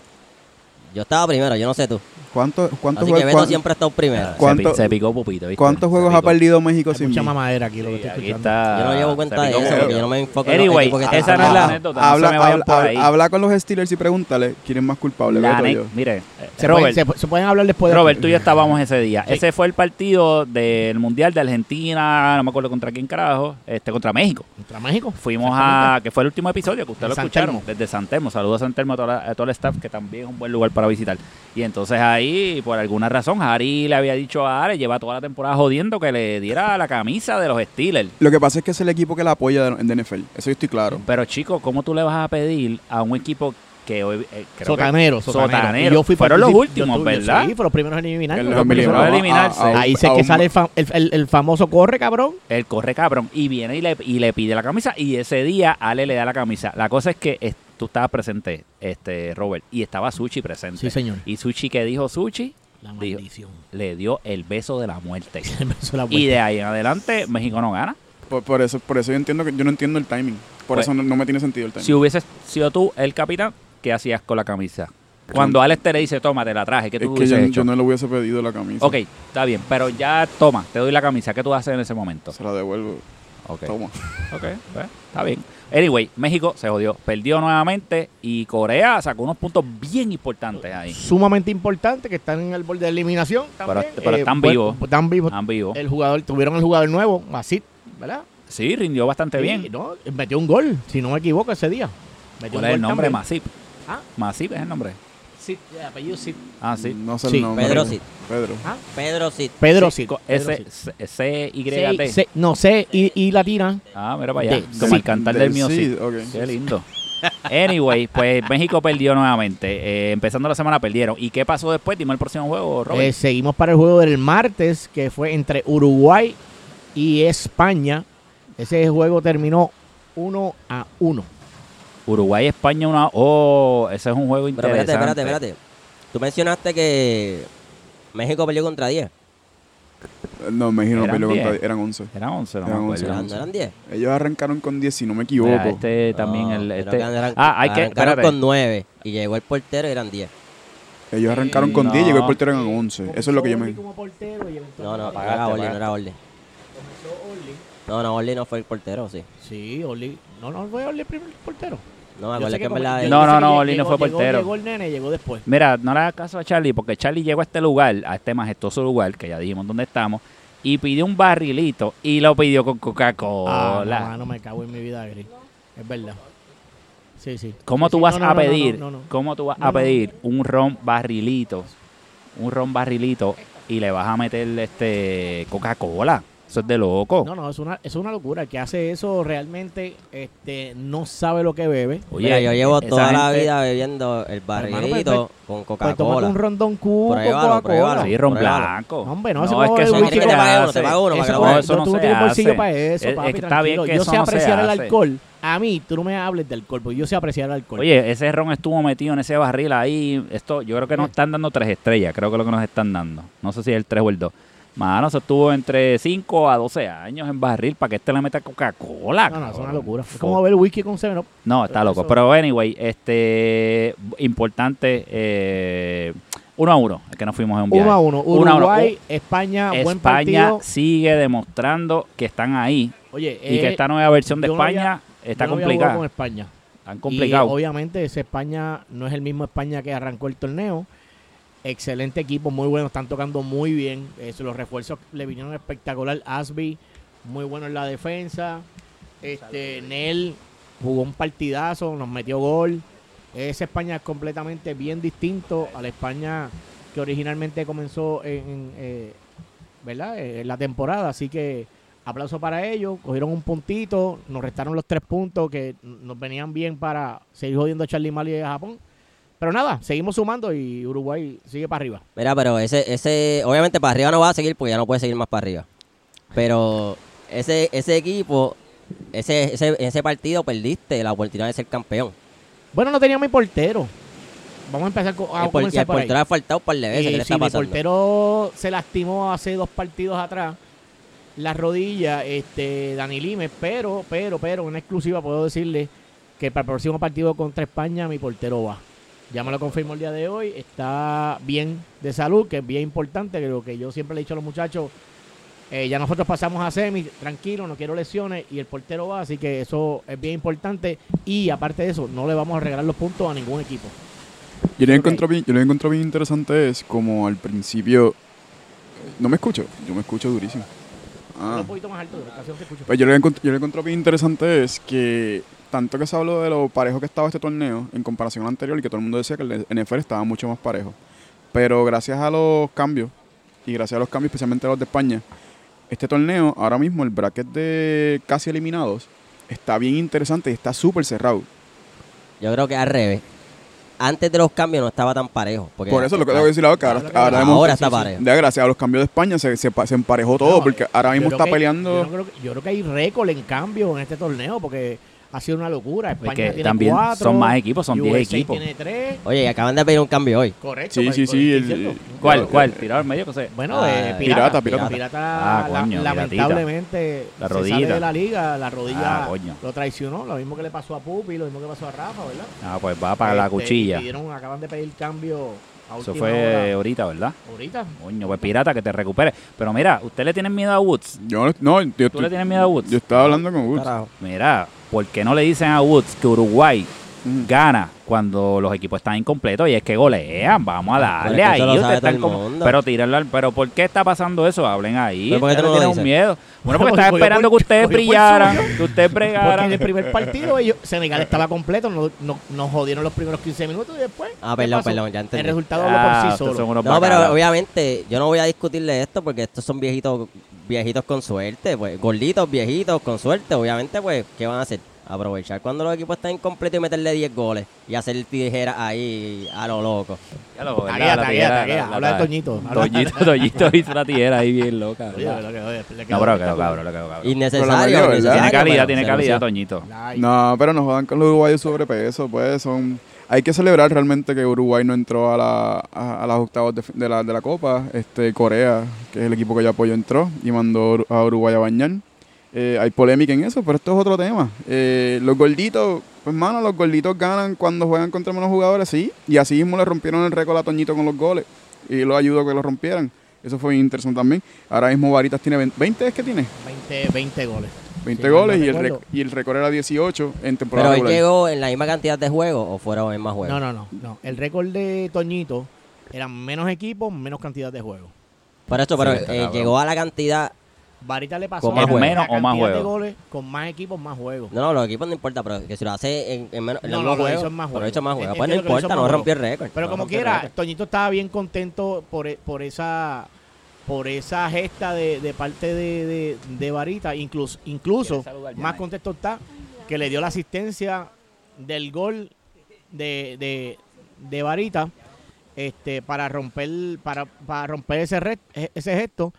S2: Yo estaba primero, yo no sé tú.
S5: ¿Cuántos cuántos
S2: Así que
S5: jue-
S2: Beto
S5: cuán-
S2: siempre ha estado primero.
S1: Se
S5: ¿Cuánto-
S1: pi- se picó Pupito, ¿viste?
S5: ¿Cuántos
S1: Se
S5: juegos ha
S1: picó.
S5: perdido México
S3: Hay
S5: sin
S3: mucha
S5: mí?
S3: mamadera aquí lo que
S1: Sí,
S3: estoy
S1: aquí
S3: escuchando.
S1: está...
S2: Yo no llevo
S1: Ah, se
S2: cuenta de
S1: picó
S2: eso,
S1: Pupito.
S2: porque yo no me enfoco en los
S1: Anyway,
S2: equipos que están
S1: esa no es la
S2: jugando.
S1: anécdota. no
S5: Habla,
S1: se me vayan
S5: habla-
S1: por ahí.
S5: habla- habla con los Steelers y pregúntale quién es más culpable.
S1: La
S5: Beto o
S1: ane-
S5: yo.
S1: Mire, eh,
S3: Se, pueden,
S1: Robert,
S3: se- se pueden hablar después de
S1: Robert, tú y yo estábamos ese día.
S3: Sí.
S1: Ese fue el partido del Mundial de Argentina, no me acuerdo contra quién carajo, este contra México.
S3: contra México.
S1: Fuimos a, que fue el último episodio que ustedes
S3: En
S1: lo
S3: San
S1: escucharon,
S3: Telmo.
S1: desde San Telmo. Saludos a San Telmo, a toda la- a todo el staff, que también es un buen lugar para visitar. Y entonces ahí, por alguna razón, Harry le había dicho a Ares, lleva toda la temporada jodiendo, que le diera la camisa de los Steelers.
S5: Lo que pasa es que es el equipo que la apoya en NFL. Eso yo estoy claro.
S1: Pero chico, ¿cómo tú le vas a pedir a un equipo que hoy... eh, creo que-
S3: Sotanero, sotanero.
S1: Sotanero.
S3: Y yo fui
S1: Fueron los
S3: particip-
S1: últimos,
S3: yo tuve-
S1: ¿verdad?
S3: Sí, fueron los primeros en eliminar.
S1: Ah,
S5: Que
S3: Los
S5: los
S3: primeros
S1: eliminaron.
S5: eliminaron
S3: en
S1: eliminarse.
S5: a- a- a-
S3: Ahí sé
S5: a
S3: que
S5: un-
S3: sale el, fam- el- el- el famoso corre, cabrón.
S1: Él corre cabrón y viene y le, y le pide la camisa y ese día Ale le da la camisa. La cosa es que es- tú estabas presente, este Robert, y estaba Sushi presente.
S3: Sí, señor.
S1: Y Sushi, ¿qué dijo Sushi?
S3: La
S1: Dijo-
S3: maldición.
S1: Le dio el beso de la muerte.
S3: Me hizo la
S1: y
S3: vuelta.
S1: de ahí en adelante México no gana.
S5: Por, por eso, por eso yo entiendo que yo no entiendo el timing. Por
S1: Pues-
S5: eso no, no me tiene sentido el timing.
S1: Si hubieses sido tú el capitán, ¿qué hacías con la camisa? Cuando Alex te le dice, toma, te la traje, ¿qué
S5: es
S1: tú
S5: que yo,
S1: hubieses hecho?
S5: yo no le hubiese pedido la camisa.
S1: Ok, está bien, pero ya toma, te doy la camisa, ¿qué tú haces en ese momento?
S5: Se la devuelvo.
S1: Ok.
S5: Toma.
S1: Ok, pues, está bien. Anyway, México se jodió, perdió nuevamente y Corea sacó unos puntos bien importantes ahí.
S3: Sumamente importante que están en el borde de eliminación. También. Eh, pues,
S1: Pero- pero están vivos. Ah, pues.
S3: Están vivos.
S1: Han vivo.
S3: El jugador, tuvieron el jugador nuevo, Basit, ¿verdad?
S1: Sí, rindió bastante
S3: Sí,
S1: bien.
S3: no, metió un gol, si no me equivoco, ese día. Metió
S1: ¿Cuál
S3: un
S1: es el
S3: gol
S1: nombre?
S3: también.
S1: Masip.
S3: ¿Ah?
S1: Masip es el nombre.
S3: Sid, eh, apellido Sid.
S1: Ah, sí.
S5: No sé
S3: Sí,
S5: el nombre.
S2: Pedro sí.
S5: Pedro.
S2: Pedro Cid.
S3: Pedro
S1: Sí,
S3: Sid.
S1: co-
S3: Pedro
S1: S-
S3: Sid.
S1: C- C-Y-T.
S3: Se- se- no sé, y, y latina.
S1: Ah, mira para allá.
S3: Sí.
S1: Como el cantar del mío, sí.
S5: Cid, ok.
S1: Qué lindo. Anyway, pues México perdió nuevamente. Eh, empezando la semana perdieron. ¿Y qué pasó después? Dime el próximo juego, Robert.
S3: Eh, seguimos para el juego del martes, que fue entre Uruguay y España. Ese juego terminó 1 a 1.
S1: Uruguay-España una... Oh, ese es un juego
S2: Pero
S1: interesante.
S2: espérate, espérate, espérate. Tú mencionaste que México peleó contra 10.
S5: No, México no
S1: Eran
S5: peleó contra
S1: diez.
S5: Eran 11.
S1: Era 11, no
S5: Eran
S1: me
S5: 11,
S1: acuerdo.
S5: eran
S2: ¿No eran 10?
S5: Ellos arrancaron con 10, si no me equivoco.
S1: Mira, este también,
S2: No,
S1: el,
S2: creo
S1: este-
S2: que eran-
S1: ah, hay que,
S2: arrancaron
S1: espérate.
S2: con 9 y llegó el portero y eran 10.
S5: Ellos arrancaron con
S1: no.
S5: 10 llegó el portero en 11. Eso es lo que yo me...
S2: No, no, no
S1: Apagaste,
S2: era Orly,
S1: apagaste.
S2: no era Orly. No, no, Orly no fue el portero, sí.
S3: Sí, Oli. No, no fue Oli el primer portero.
S2: No, me
S3: Yo
S2: acuerdo
S3: sé
S2: es que en
S3: como-
S2: verdad.
S3: yo
S1: No, no,
S3: sé que
S1: no,
S3: llegó-
S1: Oli no fue
S3: llegó-
S1: portero.
S3: Llegó el nene, llegó después.
S1: Mira, no le hagas caso a Charlie, porque Charlie llegó a este lugar, a este majestuoso lugar, que ya dijimos dónde estamos, y pidió un barrilito y lo pidió con
S3: Ah,
S1: Coca-Cola.
S3: no, no me cago en mi vida, Gris. Es verdad. Sí, sí.
S1: ¿Cómo
S3: Sí,
S1: tú
S3: sí,
S1: vas
S3: no, no,
S1: a
S3: no, no,
S1: pedir?
S3: no, no, no.
S1: ¿Cómo tú vas
S3: No,
S1: a
S3: no.
S1: pedir un ron barrilito? Un ron barrilito y le vas a meter este Coca-Cola. Eso es de loco.
S3: No, no, es una, es una locura. El que hace eso realmente este, no sabe lo que bebe. Pues
S1: Oye,
S2: Mira, yo llevo
S1: esa
S2: toda la
S1: gente-
S2: vida bebiendo el barrilito con
S3: Pues tómate
S2: Coca-Cola.
S3: un rondón cubo con
S2: Pruébalo,
S3: Coca-Cola.
S2: pruébalo.
S1: Sí, ron
S2: Pruébalo.
S1: blanco.
S3: No, hombre, no, eso
S1: es
S3: no
S1: que
S3: es
S1: eso no
S3: whisky,
S1: se
S3: te
S2: pago uno,
S1: hace.
S2: te pago uno. para que
S3: Eso
S2: lo
S3: no,
S2: pruebe.
S1: Eso no
S3: tú no
S1: se
S3: tienes bolsillo
S1: hace. E-,
S3: para eso,
S1: Es- es
S3: papi,
S1: que está bien
S3: tranquilo.
S1: que
S3: Yo
S1: eso
S3: sé
S1: no se
S3: apreciar el
S1: hace.
S3: alcohol. A mí, tú no me hables de alcohol, porque yo sé apreciar el alcohol.
S1: Oye, ese ron estuvo metido en ese barril ahí. Esto, yo creo que nos están dando tres estrellas, creo que es lo que nos están dando. No sé si es el 3 o el 2. Mano, eso estuvo entre 5 a 12 años en barril para que este le meta Coca-Cola.
S3: no, no, es una
S1: cabrón.
S3: locura. Es
S1: Fuck.
S3: como beber whisky con 7
S1: No, está loco.
S3: Eso-
S1: Pero anyway, este importante eh, uno a uno, es que nos fuimos en un viaje.
S3: 1 a 1.
S1: Uno a uno.
S3: Uruguay, España, buen
S1: España
S3: partido.
S1: sigue demostrando que están ahí
S3: Oye,
S1: y que
S3: eh,
S1: esta nueva versión de
S3: yo no
S1: España
S3: yo
S1: está
S3: no había
S1: complicada.
S3: jugado con España.
S1: Están
S3: Y, eh,
S1: complicados.
S3: obviamente, ese España no es el mismo España que arrancó el torneo. Excelente equipo, muy bueno, están tocando muy bien. Eh, los refuerzos le vinieron espectacular. Asby, muy bueno en la defensa. Este, Nel jugó un partidazo, nos metió gol. Ese España es completamente bien distinto a la España que originalmente comenzó en, en, eh, ¿verdad? Eh, en la temporada. Así que aplauso para ellos. Cogieron un puntito, nos restaron los tres puntos que n- nos venían bien para seguir jodiendo a Charlie Mali de Japón. Pero nada, seguimos sumando y Uruguay sigue para arriba.
S2: Mira, pero ese, ese, obviamente para arriba no va a seguir porque ya no puede seguir más para arriba. Pero ese, ese equipo, ese, ese, ese partido perdiste la oportunidad de ser campeón.
S3: Bueno, no teníamos mi portero. Vamos a empezar con, a
S2: el, por- y
S3: comenzar
S2: el
S3: por ahí.
S2: portero ha faltado un par de veces. ¿Qué
S3: Eh,
S2: le
S3: sí,
S2: está
S3: mi
S2: pasando?
S3: portero se lastimó hace dos partidos atrás. La rodilla, este, Dani Limes, pero, pero, pero, una exclusiva puedo decirle que para el próximo partido contra España mi portero va. Ya me lo confirmó el día de hoy, está bien de salud, que es bien importante, que lo que yo siempre le he dicho a los muchachos, eh, ya nosotros pasamos a semi, tranquilo, no quiero lesiones y el portero va, así que eso es bien importante y aparte de eso, no le vamos a regalar los puntos a ningún equipo.
S5: Yo lo
S3: Ok.
S5: encontré bien, yo lo encontré bien interesante es como al principio... ¿No me escucho? Yo me escucho durísimo. Ah.
S3: Un poquito más alto, de la ocasión te escucho.
S5: Pues yo lo que encont- yo lo que encontré bien interesante es que tanto que se habló de lo parejo que estaba este torneo en comparación al anterior y que todo el mundo decía que el NFL estaba mucho más parejo. Pero gracias a los cambios, y gracias a los cambios especialmente los de España, este torneo ahora mismo, el bracket de casi eliminados, está bien interesante y está súper cerrado.
S2: Yo creo que al revés. Antes de los cambios no estaba tan parejo. Porque
S5: Por eso lo que te voy a decir ahora, que ahora,
S3: Ahora
S5: ahora hemos-
S2: ahora está
S5: sí, sí.
S2: parejo.
S5: Ya gracias a los cambios de España se, se pa- se emparejó todo,
S3: No, eh,
S5: porque ahora mismo
S3: Yo
S5: está
S3: creo que-
S5: peleando...
S3: Yo, no creo que, yo creo que hay récord en cambio en este torneo porque ha sido una locura. España
S1: Porque
S3: tiene
S1: también
S3: cuatro,
S1: son más equipos, son 10
S3: USA
S1: equipos.
S3: tiene tres,
S2: Oye, y acaban de pedir un cambio hoy.
S3: correcto.
S5: Sí,
S3: pues,
S5: sí,
S3: pues,
S5: sí,
S3: es
S5: el-
S3: cierto.
S1: ¿Cuál? ¿Cuál? Tirar al medio, que se-
S3: Bueno,
S2: Ah,
S3: eh, pirata,
S5: pirata, pirata.
S3: Pirata,
S1: Ah,
S3: la-
S1: coño,
S3: lamentablemente
S1: La
S3: se
S1: rodilla.
S3: sale de la liga, la rodilla
S1: Ah, coño.
S3: lo traicionó, lo mismo que le pasó a Pupi, lo mismo que pasó a Rafa, ¿verdad?
S1: Ah, pues va para la
S3: Este,
S1: cuchilla.
S3: pidieron- acaban de pedir cambio A
S1: Eso
S3: última
S1: fue
S3: hora.
S1: ahorita, ¿verdad?
S3: Ahorita.
S1: Coño, pues pirata, que te recupere. Pero mira, ¿usted le tienen miedo a Woods?
S5: Yo no, no, yo,
S1: ¿Tú le
S5: estoy-
S1: tienes miedo a Woods?
S5: yo estaba hablando con Woods.
S2: Carajo.
S1: Mira, ¿por qué no le dicen a Woods que Uruguay
S5: Ujú.
S1: gana cuando los equipos están incompletos y es que golean? Vamos a darle
S2: Pero es que
S1: ahí.
S2: eso lo
S1: ustedes
S2: sabe todo
S1: están
S2: el
S1: como-
S2: mundo.
S1: pero tírenlo al- Pero ¿por qué está pasando eso? Hablen ahí.
S2: ¿Pero por qué tú
S1: ustedes
S2: no lo
S1: tienen un
S2: dices?
S1: miedo. Bueno, porque
S3: Porque
S1: están
S3: cogió
S1: esperando que
S3: por-
S1: ustedes
S3: cogió por
S1: brillaran,
S3: suyo.
S1: que ustedes
S3: Porque en el
S1: bregaran.
S3: primer partido ellos, Senegal estaba completo, no- no- nos jodieron los primeros 15 minutos y después.
S2: Ah,
S3: ¿qué
S2: perdón,
S3: pasó?
S2: perdón, ya entendí.
S3: El resultado
S1: Ah,
S3: habló por sí
S1: ustedes son
S3: solo.
S1: unos
S2: No,
S1: bacanas.
S2: pero obviamente yo no voy a discutirle esto porque estos son viejitos viejitos con suerte, pues gorditos, viejitos con suerte, obviamente pues ¿qué van a hacer? Aprovechar cuando los equipos están incompletos y meterle 10 goles y hacer tijera ahí a lo loco.
S1: Ya lo- ¿verdad?
S3: Taguea,
S1: La
S3: taguea,
S1: tijera,
S3: taguea.
S1: la- la-
S3: Habla de
S1: la-
S3: Toñito. habla-
S1: Toñito, Toñito hizo una tijera ahí bien loca.
S3: Oye,
S1: ¿verdad?
S3: pero que- oye, le
S1: No, pero
S3: quedó
S1: quedó
S3: espectacular.
S1: cabrón, lo quedó cabrón.
S2: Innecesario.
S5: Pero la mayor,
S2: innecesario,
S1: Tiene calidad,
S2: pero
S1: tiene
S2: se
S1: calidad,
S2: lució.
S1: Toñito.
S3: Ay,
S5: No, pero nos jodan con los uruguayos sobrepeso, pues son... Hay que celebrar realmente que Uruguay no entró a, la, a, a las octavas de, de la, de la Copa. Este, Corea, que es el equipo que yo apoyo, entró y mandó a Uruguay a bañar. Eh, hay polémica en eso, pero esto es otro tema. Eh, los gorditos, pues mano, los gorditos ganan cuando juegan contra menos jugadores, sí. Y así mismo le rompieron el récord a Toñito con los goles. Y lo ayudó a que lo rompieran. Eso fue interesante también. Ahora mismo Varitas tiene 20, 20 es que tiene.
S3: 20, 20 goles.
S5: 20
S3: Sí,
S5: goles
S3: no
S5: y el,
S3: recuerdo.
S5: rec- y el récord era 18 en temporada
S2: Pero él
S5: regular.
S2: llegó en la misma cantidad de juegos o fueron en más
S3: No,
S2: juegos.
S3: no, no, no. El récord de Toñito eran menos equipos, menos cantidad de juegos.
S2: Por eso, pero
S1: Sí, está
S2: eh,
S1: cabrón.
S2: llegó a la cantidad.
S3: Varita le pasó
S2: ¿Con más
S3: la- la
S1: menos o más
S3: cantidad de
S1: juegos?
S3: goles con más equipos, más juegos.
S2: No, no, los equipos no importa, pero que si lo hace en, en menos en
S3: No,
S2: los
S3: no, lo
S2: juegos,
S3: hizo en más
S2: pero
S3: juegos.
S2: hizo más juegos.
S3: Entiendo
S2: Pues no
S3: que lo hizo
S2: importa,
S3: en
S2: no
S3: más
S2: rompió el récord.
S3: Pero
S2: no
S3: como
S2: rompió el
S3: quiera,
S2: récord.
S3: Toñito estaba bien contento por, e- por esa por esa gesta de, de parte de, de, de Varita. Incluso, incluso más contento está que le dio la asistencia del gol de, de, de Varita este, para romper para, para romper ese, re- e, ese gesto.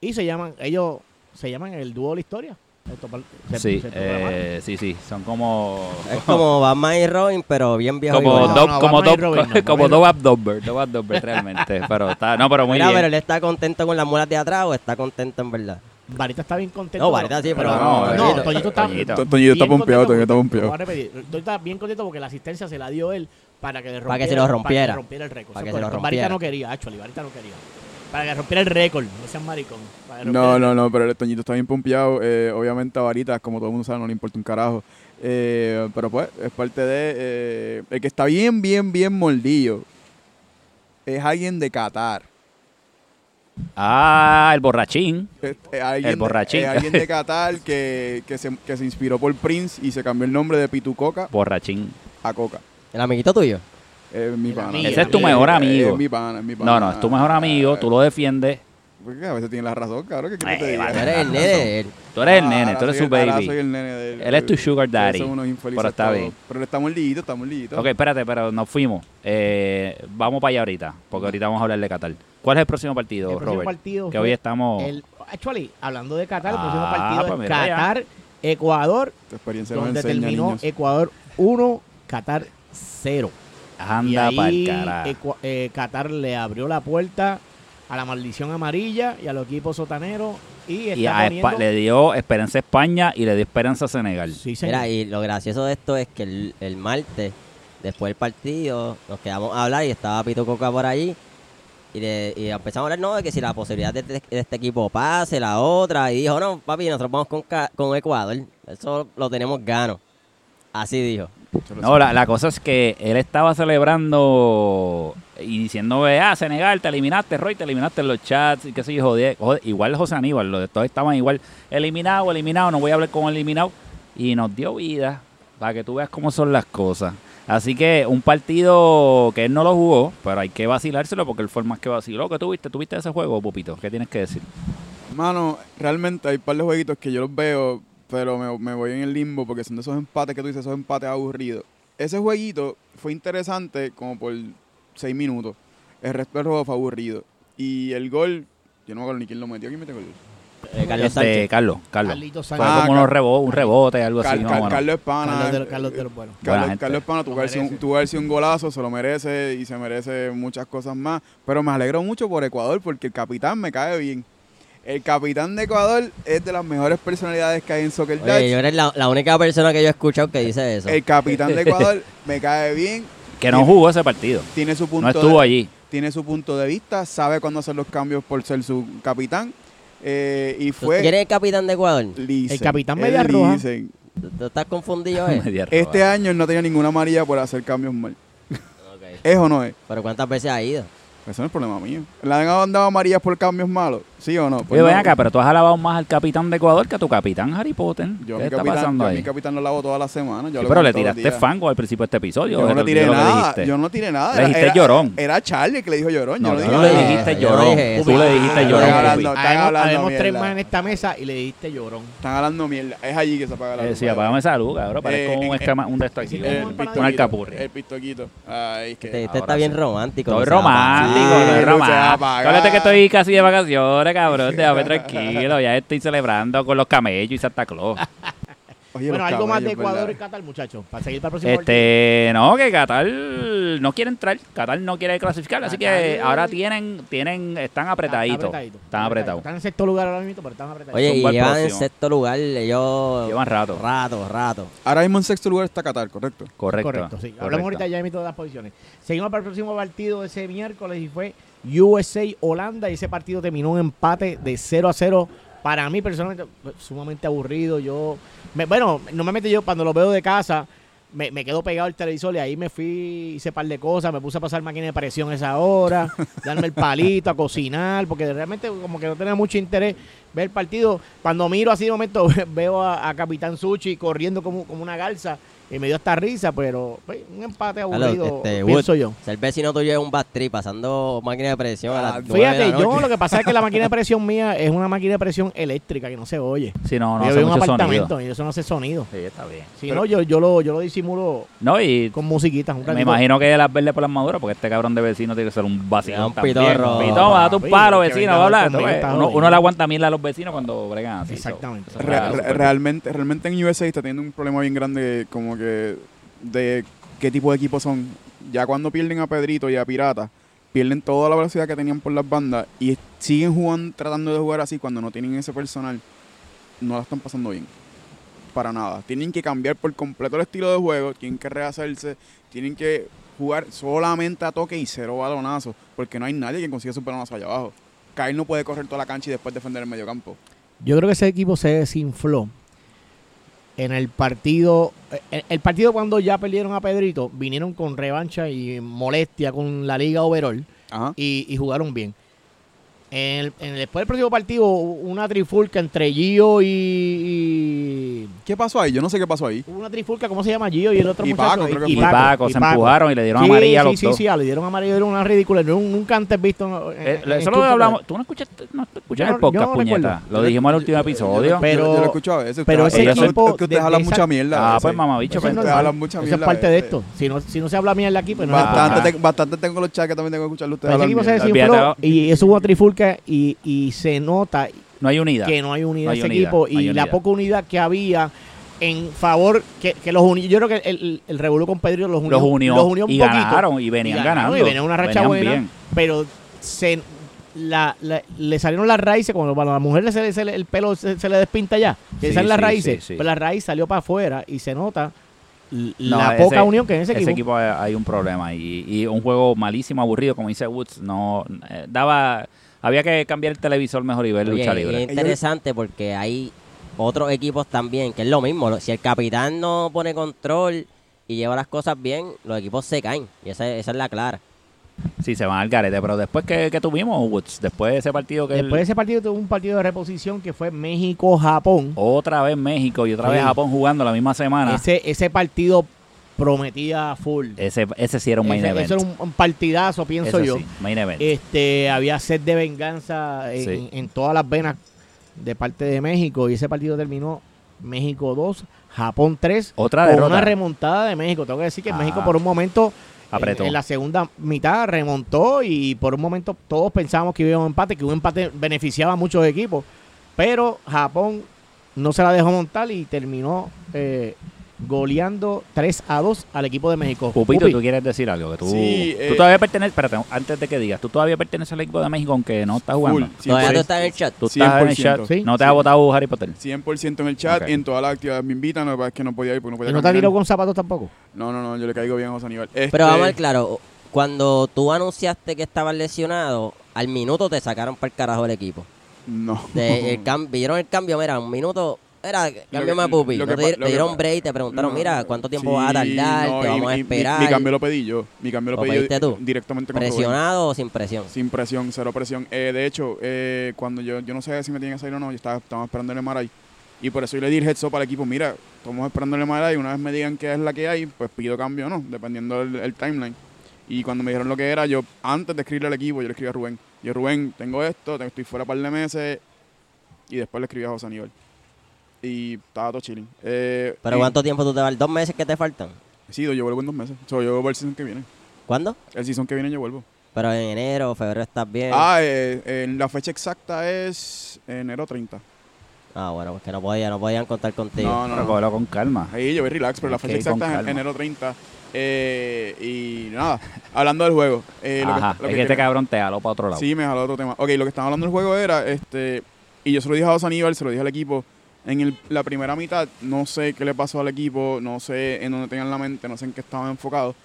S3: Y se llaman, ellos se llaman el dúo de la historia. Autopar- se-
S1: Sí,
S3: se programaron.
S1: eh, sí, sí, son como...
S2: Es como Batman y Robin, pero bien viejo. y
S1: Como
S2: gordo.
S3: no,
S1: Dob,
S3: no,
S1: como
S3: Batman y
S1: Dob,
S3: Robin, no,
S1: como
S3: Robin.
S1: Dob Abdobber, Dob Abdobber realmente, pero está, no, pero muy
S2: Mira, pero
S1: bien.
S2: él está contento con las mulas de atrás o está contento en verdad.
S3: Varita está bien contento.
S2: No,
S3: pero-
S2: Varita sí, pero.
S1: pero no,
S2: no, Toñito.
S3: no, Toñito está,
S1: Toñito.
S5: To- Toñito está
S3: bien
S5: pompeado,
S3: contento
S5: Toñito está
S3: porque-
S5: pompeado.
S3: lo voy a repetir, Toñito está bien contento porque la asistencia se la dio él para que le rompiera,
S2: Para que se lo rompiera.
S3: para que rompiera el récord.
S2: Para
S3: Eso
S2: que se lo
S3: es correcto.
S2: rompiera.
S3: Barita no quería, actually, Barita no quería. Para que rompiera el récord, no seas maricón. para que rompiera
S5: No,
S3: el
S5: no, no, pero el Toñito está bien pompeado. eh, obviamente a Varitas, como todo el mundo sabe, no le importa un carajo. Eh, pero pues, es parte de... eh, el que está bien, bien, bien mordido es alguien de Qatar.
S1: Ah, el borrachín.
S5: Es- es alguien
S1: El borrachín.
S5: De, es alguien de Qatar que, que, se, que se inspiró por Prince y se cambió el nombre de Pitucoca
S1: Borrachín.
S5: a Coca.
S2: El amiguito tuyo.
S5: Es mi
S3: El
S5: pana.
S3: amigo. Ese es tu
S1: mejor
S5: Eh,
S1: amigo.
S5: Es mi pana, es mi pana.
S1: No, no, es tu mejor amigo, tú lo defiendes.
S5: Porque a veces tienes la razón, cabrón. ¿qué quieres
S1: Eh,
S5: que te diga?
S1: vale.
S2: Tú eres el nene de él.
S1: Tú eres el
S5: Ah,
S1: nene,
S5: ahora
S1: tú eres
S5: soy
S1: su
S5: el- ahora soy
S1: baby.
S5: el nene de él.
S1: Él es tu sugar
S5: Ustedes
S1: daddy.
S5: son unos infelices
S1: Pero está
S5: todos.
S1: bien.
S5: Pero estamos liditos, estamos liditos.
S1: Ok, espérate, pero nos fuimos. Eh, vamos para allá ahorita, porque ahorita vamos a hablar de Qatar. ¿Cuál es el próximo partido,
S3: El próximo
S1: Robert?
S3: partido
S1: que
S3: fue
S1: hoy estamos...
S3: El, actually, hablando de Qatar, el
S1: Ah,
S3: próximo partido
S1: pues
S3: es
S1: mira allá.
S3: Qatar, Ecuador,
S5: Tu experiencia nos
S3: donde
S5: enseña,
S3: terminó
S5: niños.
S3: Ecuador 1, Qatar 0. Y
S1: Anda para
S3: ahí
S1: el carajo.
S3: Ecua- eh, Qatar le abrió la puerta a la maldición amarilla y a los equipos sotaneros y está
S1: Y a Espa-
S3: poniendo-
S1: le dio esperanza a España y le dio esperanza a Senegal.
S3: Sí, señor.
S2: Mira, y lo gracioso de esto es que el, el martes, después del partido, nos quedamos a hablar y estaba Pito Coca por allí. Y, le- y empezamos a hablar, no, de que si la posibilidad de, de este equipo pase, la otra. Y dijo, no, papi, nosotros vamos con, Ca- con Ecuador. Eso lo tenemos gano. Así dijo.
S3: pues
S1: No, la, la cosa es que él estaba celebrando y diciendo, ah, Senegal, te eliminaste, Roy, te eliminaste en los chats, y qué sé yo, joder, joder, igual José Aníbal, los de todos estaban igual, eliminado, eliminado, no voy a hablar con eliminado, y nos dio vida, para que tú veas cómo son las cosas. Así que un partido que él no lo jugó, pero hay que vacilárselo porque él fue el más que vaciló. ¿Qué tuviste? ¿Tuviste ese juego, Pupito? ¿Qué tienes que decir?
S5: Mano, realmente hay un par de jueguitos que yo los veo, pero me, me voy en el limbo porque son de esos empates que tú dices, esos empates aburridos. Ese jueguito fue interesante como por seis minutos. El resto del juego fue aburrido. Y el gol, yo no me acuerdo ni quién lo metió. ¿Quién metió el gol?
S2: Eh, Carlos
S1: Este,
S2: Sánchez.
S1: Carlos, Carlos.
S3: Carlitos
S1: Fue
S3: Sánchez. Ah,
S5: Ah,
S1: como unos
S5: Car-
S1: rebo- un rebote, algo así.
S5: Cal-
S1: no,
S5: Cal-
S1: bueno.
S5: Carlos Espana.
S3: Carlos de los- Carlos de los buenos.
S1: Buena
S5: Carlos,
S1: gente.
S5: Carlos Espana, tuvo
S3: Lo
S5: que haber sido un-
S3: merece.
S5: tuvo que haber sido un golazo, se lo merece y se merece muchas cosas más. Pero me alegro mucho por Ecuador porque el capitán me cae bien. El capitán de Ecuador es de las mejores personalidades que hay en Soccer
S2: Oye, yo
S5: Dash.
S2: eres la, la única persona que yo he escuchado que dice eso.
S5: El capitán de Ecuador me cae bien,
S1: Que no jugó ese partido.
S5: tiene su punto
S1: No estuvo
S5: de,
S1: allí.
S5: tiene su punto de vista, sabe cuándo hacer los cambios por ser su capitán. eh, y
S2: ¿Tú
S5: fue
S2: ¿Quién es el capitán de Ecuador?
S5: Lisen.
S3: El capitán
S5: Es
S3: media roja.
S5: Lisen.
S2: ¿Tú, tú estás confundido, eh?
S1: Media roja.
S5: Este año él no tenía ninguna amarilla por hacer cambios mal.
S2: Ok.
S5: ¿Es o no es?
S2: Pero ¿cuántas veces ha ido?
S5: Eso no es problema mío. ¿Le han dado amarillas por cambios malos? ¿Sí o no? Pues
S1: Oye, ven
S5: no.
S1: acá, pero tú has alabado más al capitán de Ecuador que a tu capitán Harry Potter.
S5: Yo, a
S1: ¿Qué
S5: mi
S1: está
S5: capitán,
S1: pasando
S5: yo a
S1: ahí?
S5: mi capitán lo lavo toda la semana. yo
S1: Sí,
S5: lo
S1: pero
S5: lavo
S1: le
S5: todos los
S1: tiraste
S5: días.
S1: fango al principio de este episodio.
S5: Yo
S1: ¿o
S5: no le
S1: te
S5: tiré
S1: olvidó lo que
S5: nada.
S1: dijiste?
S5: Yo no tiré nada.
S1: Le
S5: Era-
S1: dijiste
S5: era-
S1: llorón.
S5: Era Charlie que le dijo llorón.
S1: No,
S5: yo no
S1: tú
S5: dije
S1: no le
S5: nada.
S1: dijiste
S2: Yo no
S1: llorón.
S2: dije eso.
S1: Tú le dijiste
S5: Ah,
S1: llorón.
S5: están
S1: Pupi.
S5: hablando, están
S3: Habemos,
S5: hablando
S3: habemos tres
S5: mierda.
S3: más en esta mesa y le diste llorón.
S5: Están hablando mierda. Es allí que se apaga la
S1: Eh,
S5: luz.
S1: sí, apágame esa luz, cabrón. Parezco
S5: Eh,
S1: un,
S5: eh,
S1: escama, un de estos aquí,
S3: sí,
S1: un-
S3: eh,
S5: El
S1: un
S5: pistoquito,
S1: alcapurri.
S5: El pistoquito. Ay, es que.
S2: Este,
S1: ahora
S2: este está
S1: sí.
S2: bien romántico.
S1: Estoy
S2: no se la pasa.
S1: romántico,
S5: Sí,
S1: estoy
S5: se
S1: romántico.
S5: apaga.
S1: Acuérdate que estoy casi de vacaciones, cabrón. Déjame tranquilo. Ya estoy celebrando con los camellos y Santa Claus.
S5: Oye,
S3: Bueno,
S5: los
S3: algo más de
S5: caballos,
S3: Ecuador y
S5: ¿verdad?
S3: Qatar, muchachos. Para seguir para el próximo.
S1: Este, no, que Qatar no quiere entrar, Qatar no quiere clasificar, así que
S3: Qatar-
S1: ahora tienen, tienen, están apretaditos, están apretados.
S3: Están en sexto lugar ahora mismo, pero están apretados.
S2: Oye, y
S1: Zumba el
S2: llevan en
S1: próximo.
S2: sexto lugar, eh, yo...
S1: Llevan rato,
S2: rato, rato.
S5: Ahora mismo en sexto lugar está Qatar, correcto.
S1: correcto.
S3: Correcto, sí. Hablamos
S1: correcto.
S3: ahorita ya de todas las posiciones. Seguimos para el próximo partido ese miércoles y fue USA-Holanda. Y ese partido terminó un empate de 0 a 0. Para mí, personalmente, sumamente aburrido. Yo, me- bueno, normalmente yo cuando lo veo de casa, me, me quedo pegado al televisor y ahí me fui, hice par de cosas. Me puse a pasar máquina de presión a esa hora, darme el palito, a cocinar, porque realmente como que no tenía mucho interés ver el partido. Cuando miro así de momento, veo a, a Capitán Suchi corriendo como, como una galsa. Y me dio hasta risa, pero pues, un empate
S2: Hello,
S3: aburrido,
S2: este,
S3: pienso
S2: Wood.
S3: yo.
S2: Si el vecino tuyo es un bad trip pasando máquina de presión a
S5: Ah,
S2: las nueve de
S3: Fíjate,
S2: la
S3: yo
S2: noche.
S3: lo que pasa es que la máquina de presión mía es una máquina de presión eléctrica que no se oye.
S1: Sí, no, no
S3: yo
S1: hace
S3: vivo en un
S1: mucho
S3: apartamento
S1: sonido.
S3: y eso no hace sonido.
S1: Sí, está bien.
S3: Si
S5: Pero-
S3: no, yo, yo, lo, yo lo disimulo
S1: No, y
S3: con musiquitas. Un
S1: me
S3: ratito.
S1: imagino que las verdes por las maduras, porque este cabrón de vecino tiene que ser un vacío
S2: un
S1: también.
S2: pitorro.
S1: Pitón, va a tu
S3: Papi,
S1: palo,
S3: que
S1: vecino,
S3: venga
S1: va a hablar.
S3: conmigo,
S1: Tú ves,
S3: está
S1: Uno,
S3: jodido.
S1: uno le aguanta mil a los vecinos cuando bregan así. so.
S3: Exactamente.
S1: Eso es
S5: Re-
S1: raro,
S5: re-
S1: súper
S5: realmente, realmente en USA está teniendo un problema bien grande como que de qué tipo de equipos son. Ya cuando pierden a Pedrito y a Pirata, pierden toda la velocidad que tenían por las bandas y siguen jugando, tratando de jugar así cuando no tienen ese personal. No la están pasando bien. Para nada. Tienen que cambiar por completo el estilo de juego, tienen que rehacerse, tienen que jugar solamente a toque y cero balonazos, porque no hay nadie que consiga su balonazo allá abajo. Kyle no puede correr toda la cancha y después defender el medio campo.
S3: Yo creo que ese equipo se desinfló en el partido. eh, El, el partido cuando ya perdieron a Pedrito, vinieron con revancha y molestia con la liga overall.
S5: Ajá.
S3: y, y jugaron bien. En el- en el- después del próximo partido, hubo una trifulca entre Gio y, y-
S5: ¿Qué pasó ahí? Yo no sé qué pasó ahí.
S3: Hubo una trifulca, ¿cómo se llama? Gio y el otro
S5: Y
S3: muchacho.
S5: Paco, creo que
S1: Y Paco, se empujaron y le dieron
S3: Sí,
S1: amarilla a los
S3: sí,
S1: dos.
S3: sí, sí, ah, le dieron amarillo, era una ridícula. no- nunca antes visto. en-
S1: Eh,
S3: en- en
S1: eso
S3: club
S1: lo hablamos.
S3: popular.
S1: Tú no escuchaste, no te escuchaste
S3: Yo
S1: el
S3: no- yo
S1: podcast,
S3: no
S1: puñeta.
S3: recuerdo.
S1: Lo dijimos en el último episodio.
S5: Yo- yo,
S3: Pero-
S5: lo escucho a veces.
S3: pero
S5: ustedes-
S1: ese
S5: es que-
S3: equipo
S5: es que ustedes
S3: de-
S5: hablan
S3: de
S5: mucha
S3: esa-
S5: mierda.
S1: Ah,
S5: a
S1: pues
S5: veces.
S1: mamabicho.
S3: Eso es
S1: pues,
S5: Ustedes
S3: normal.
S5: hablan mucha
S3: Eso es
S5: mierda,
S3: parte de
S5: este.
S3: esto. Si no, si no se habla mierda aquí, pues no. se puede
S5: Bastante,
S3: hablar.
S5: te- bastante tengo los chats que también tengo que escucharlo ustedes.
S3: Pero ese equipo
S5: hablar
S3: se
S5: mierda.
S1: decía-
S3: desinfló
S1: Olvídate.
S3: y eso hubo una trifulca y, y se nota
S1: No hay unidad.
S3: que no hay unidad
S1: No hay
S3: en ese
S1: unidad,
S3: equipo
S1: no hay
S3: y la
S1: unidad.
S3: poca unidad que había en favor que, que los unió. Yo creo que el, el, el revolú con Pedro los unió,
S1: los unió,
S3: los unió un
S1: y
S3: poquito,
S1: ganaron y venían
S3: y ganaron,
S1: ganando.
S3: y venían una racha buena.
S1: bien.
S3: pero se la, la- le salieron las raíces cuando, cuando a la mujer le- se le- se le- el pelo se, se le despinta ya, que
S1: Sí,
S3: salen las
S1: sí,
S3: raíces,
S1: sí, sí.
S3: pero la raíz salió para afuera y se nota l-
S1: No,
S3: la
S1: ese-
S3: poca unión que hay en ese
S1: Ese
S3: equipo.
S1: equipo, hay hay un problema y, y un juego malísimo, aburrido, como dice Woods. No eh, daba, había que cambiar el televisor mejor y ver
S2: Oye,
S1: lucha
S2: y
S1: libre.
S2: Es
S3: eh,
S2: interesante porque hay otros equipos también que es lo mismo. Lo- Si el capitán no pone control y lleva las cosas bien, los equipos se caen. Y esa, esa es la clara.
S1: Sí, se van al garete, pero después que, que tuvimos Woods, después de ese partido que
S3: Después de
S1: él-
S3: ese partido tuvo un partido de reposición que fue México-Japón.
S1: otra vez México y otra
S3: Sí.
S1: vez Japón jugando la misma semana, ese,
S3: Ese, ese partido prometía full.
S1: ese, sí era un main
S3: Ese-
S1: event.
S3: eso era un, un partidazo, pienso
S1: Eso
S3: yo.
S1: sí, main event.
S5: Eh,
S3: Este, había sed de venganza en,
S1: Sí.
S3: en todas las venas de parte de México y ese partido terminó México 2, Japón 3,
S1: otra
S3: con una
S1: derrota.
S3: remontada de México. Tengo que decir que
S1: Ah.
S3: México por un momento
S1: Apretó.
S3: en, en la segunda mitad remontó y por un momento todos pensábamos que iba a un empate, que un empate beneficiaba a muchos equipos, pero Japón no se la dejó montar y terminó eh, goleando 3 a 2 al equipo de México.
S1: Pupito,
S3: Pupi,
S1: tú quieres decir algo que tú,
S5: Sí,
S1: tú
S5: eh,
S1: todavía perteneces, espérate, antes de que digas, tú todavía perteneces al equipo de México aunque no estás jugando.
S5: Full,
S2: Todavía
S1: pues.
S2: tú
S5: 100%.
S2: estás en el chat.
S1: Tú estás en el
S5: 100%.
S1: chat,
S3: Sí,
S1: no te ha
S5: sí.
S1: votado Harry Potter.
S5: 100% en el chat
S1: Ok.
S5: y en todas las actividades me invitan, lo que pasa es que no podía ir porque no podía
S3: ¿Y no te
S5: caminar.
S3: tiró con zapatos tampoco?
S5: No, no, no, yo le caigo bien a José Aníbal. Este,
S2: Pero vamos a ver claro. Cuando tú anunciaste que estabas lesionado, al minuto te sacaron para el carajo el equipo.
S5: No.
S2: De- el cam- vieron el cambio, mira, un minuto. Era, cámbiame a
S5: lo
S2: Pupi.
S5: que
S2: No
S5: pa-
S2: te, di-
S5: lo
S2: te
S5: que
S2: dieron
S5: pa-
S2: break y te preguntaron,
S5: No,
S2: mira, ¿cuánto tiempo
S5: sí,
S2: vas a tardar?
S5: no,
S2: te
S5: y-
S2: vamos a
S5: y- mi-
S2: esperar.
S5: Mi, cambio lo pedí yo. Mi cambio lo,
S2: ¿Lo
S5: pedí yo
S2: pediste tú?
S5: directamente con Rubén.
S2: ¿Presionado o sin presión?
S5: Sin presión, cero presión. Eh, de hecho, eh, cuando yo, yo no sé si me tienen que salir o no, yo estaba, estaba esperando el MRI. Y por eso yo le di el heads up al equipo, mira, estamos esperando el MRI, una vez me digan qué es la que hay, pues pido cambio o no, dependiendo del el timeline. Y cuando me dijeron lo que era, yo antes de escribirle al equipo, yo le escribí a Rubén. Yo, Rubén, tengo esto, te- estoy fuera un par de meses. Y después le escribí a José Aníbal. Y estaba todo chilling. Eh,
S2: ¿Pero
S5: y-
S2: cuánto tiempo tú te vas? ¿Dos meses que te faltan?
S5: Sí, yo vuelvo en dos meses. So, yo vuelvo el season que viene.
S2: ¿Cuándo?
S5: El season que viene yo vuelvo.
S2: Pero en enero, febrero estás bien.
S5: Ah, eh, eh, la fecha exacta es enero 30.
S2: Ah, bueno, porque no podía, no podían contar contigo.
S5: No, no,
S1: Pero
S5: no.
S1: cógelo con calma.
S5: Ahí yo voy relax, pero la
S1: Ok,
S5: fecha
S1: con
S5: exacta es
S1: calma.
S5: enero 30. Eh, y nada, hablando del juego. eh, lo que-
S1: Ajá,
S5: lo
S1: es
S5: que
S1: que este
S5: quería-
S1: cabrón te jaló para otro lado.
S5: Sí, me jaló otro tema. Ok, lo que estaba hablando del juego era, este, y yo se lo dije a José Aníbal, se lo dije al equipo. En el- la primera mitad, no sé qué le pasó al equipo, no sé en dónde tenían la mente, no sé en qué estaban enfocados,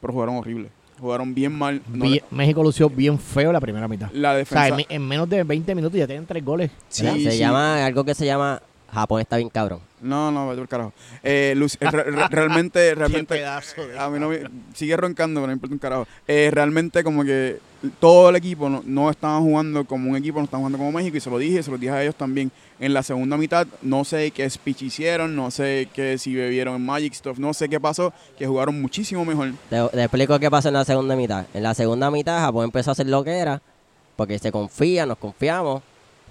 S5: pero jugaron horrible. Jugaron bien mal. no
S3: Bien- México lució bien feo la primera mitad.
S5: le- la
S3: O sea,
S5: defensa.
S3: en, en menos de 20 minutos ya tienen tres goles.
S5: Sí,
S2: ¿Verdad? se
S5: sí.
S2: llama algo que se llama Japón está bien cabrón.
S5: No, no, vete por carajo. Eh, Luz- eh, re- re- realmente, realmente.
S3: pedazo de-
S5: A mí no me- sigue roncando, pero no importa un carajo. Eh, realmente como que todo el equipo no, no estaban jugando como un equipo, no estaban jugando como México y se lo dije, se lo dije a ellos también. En la segunda mitad no sé qué speech hicieron, no sé qué si bebieron Magic Stuff, no sé qué pasó, que jugaron muchísimo mejor.
S2: Te, te explico qué pasó en la segunda mitad. En la segunda mitad Japón empezó a hacer lo que era, porque se confía, nos confiamos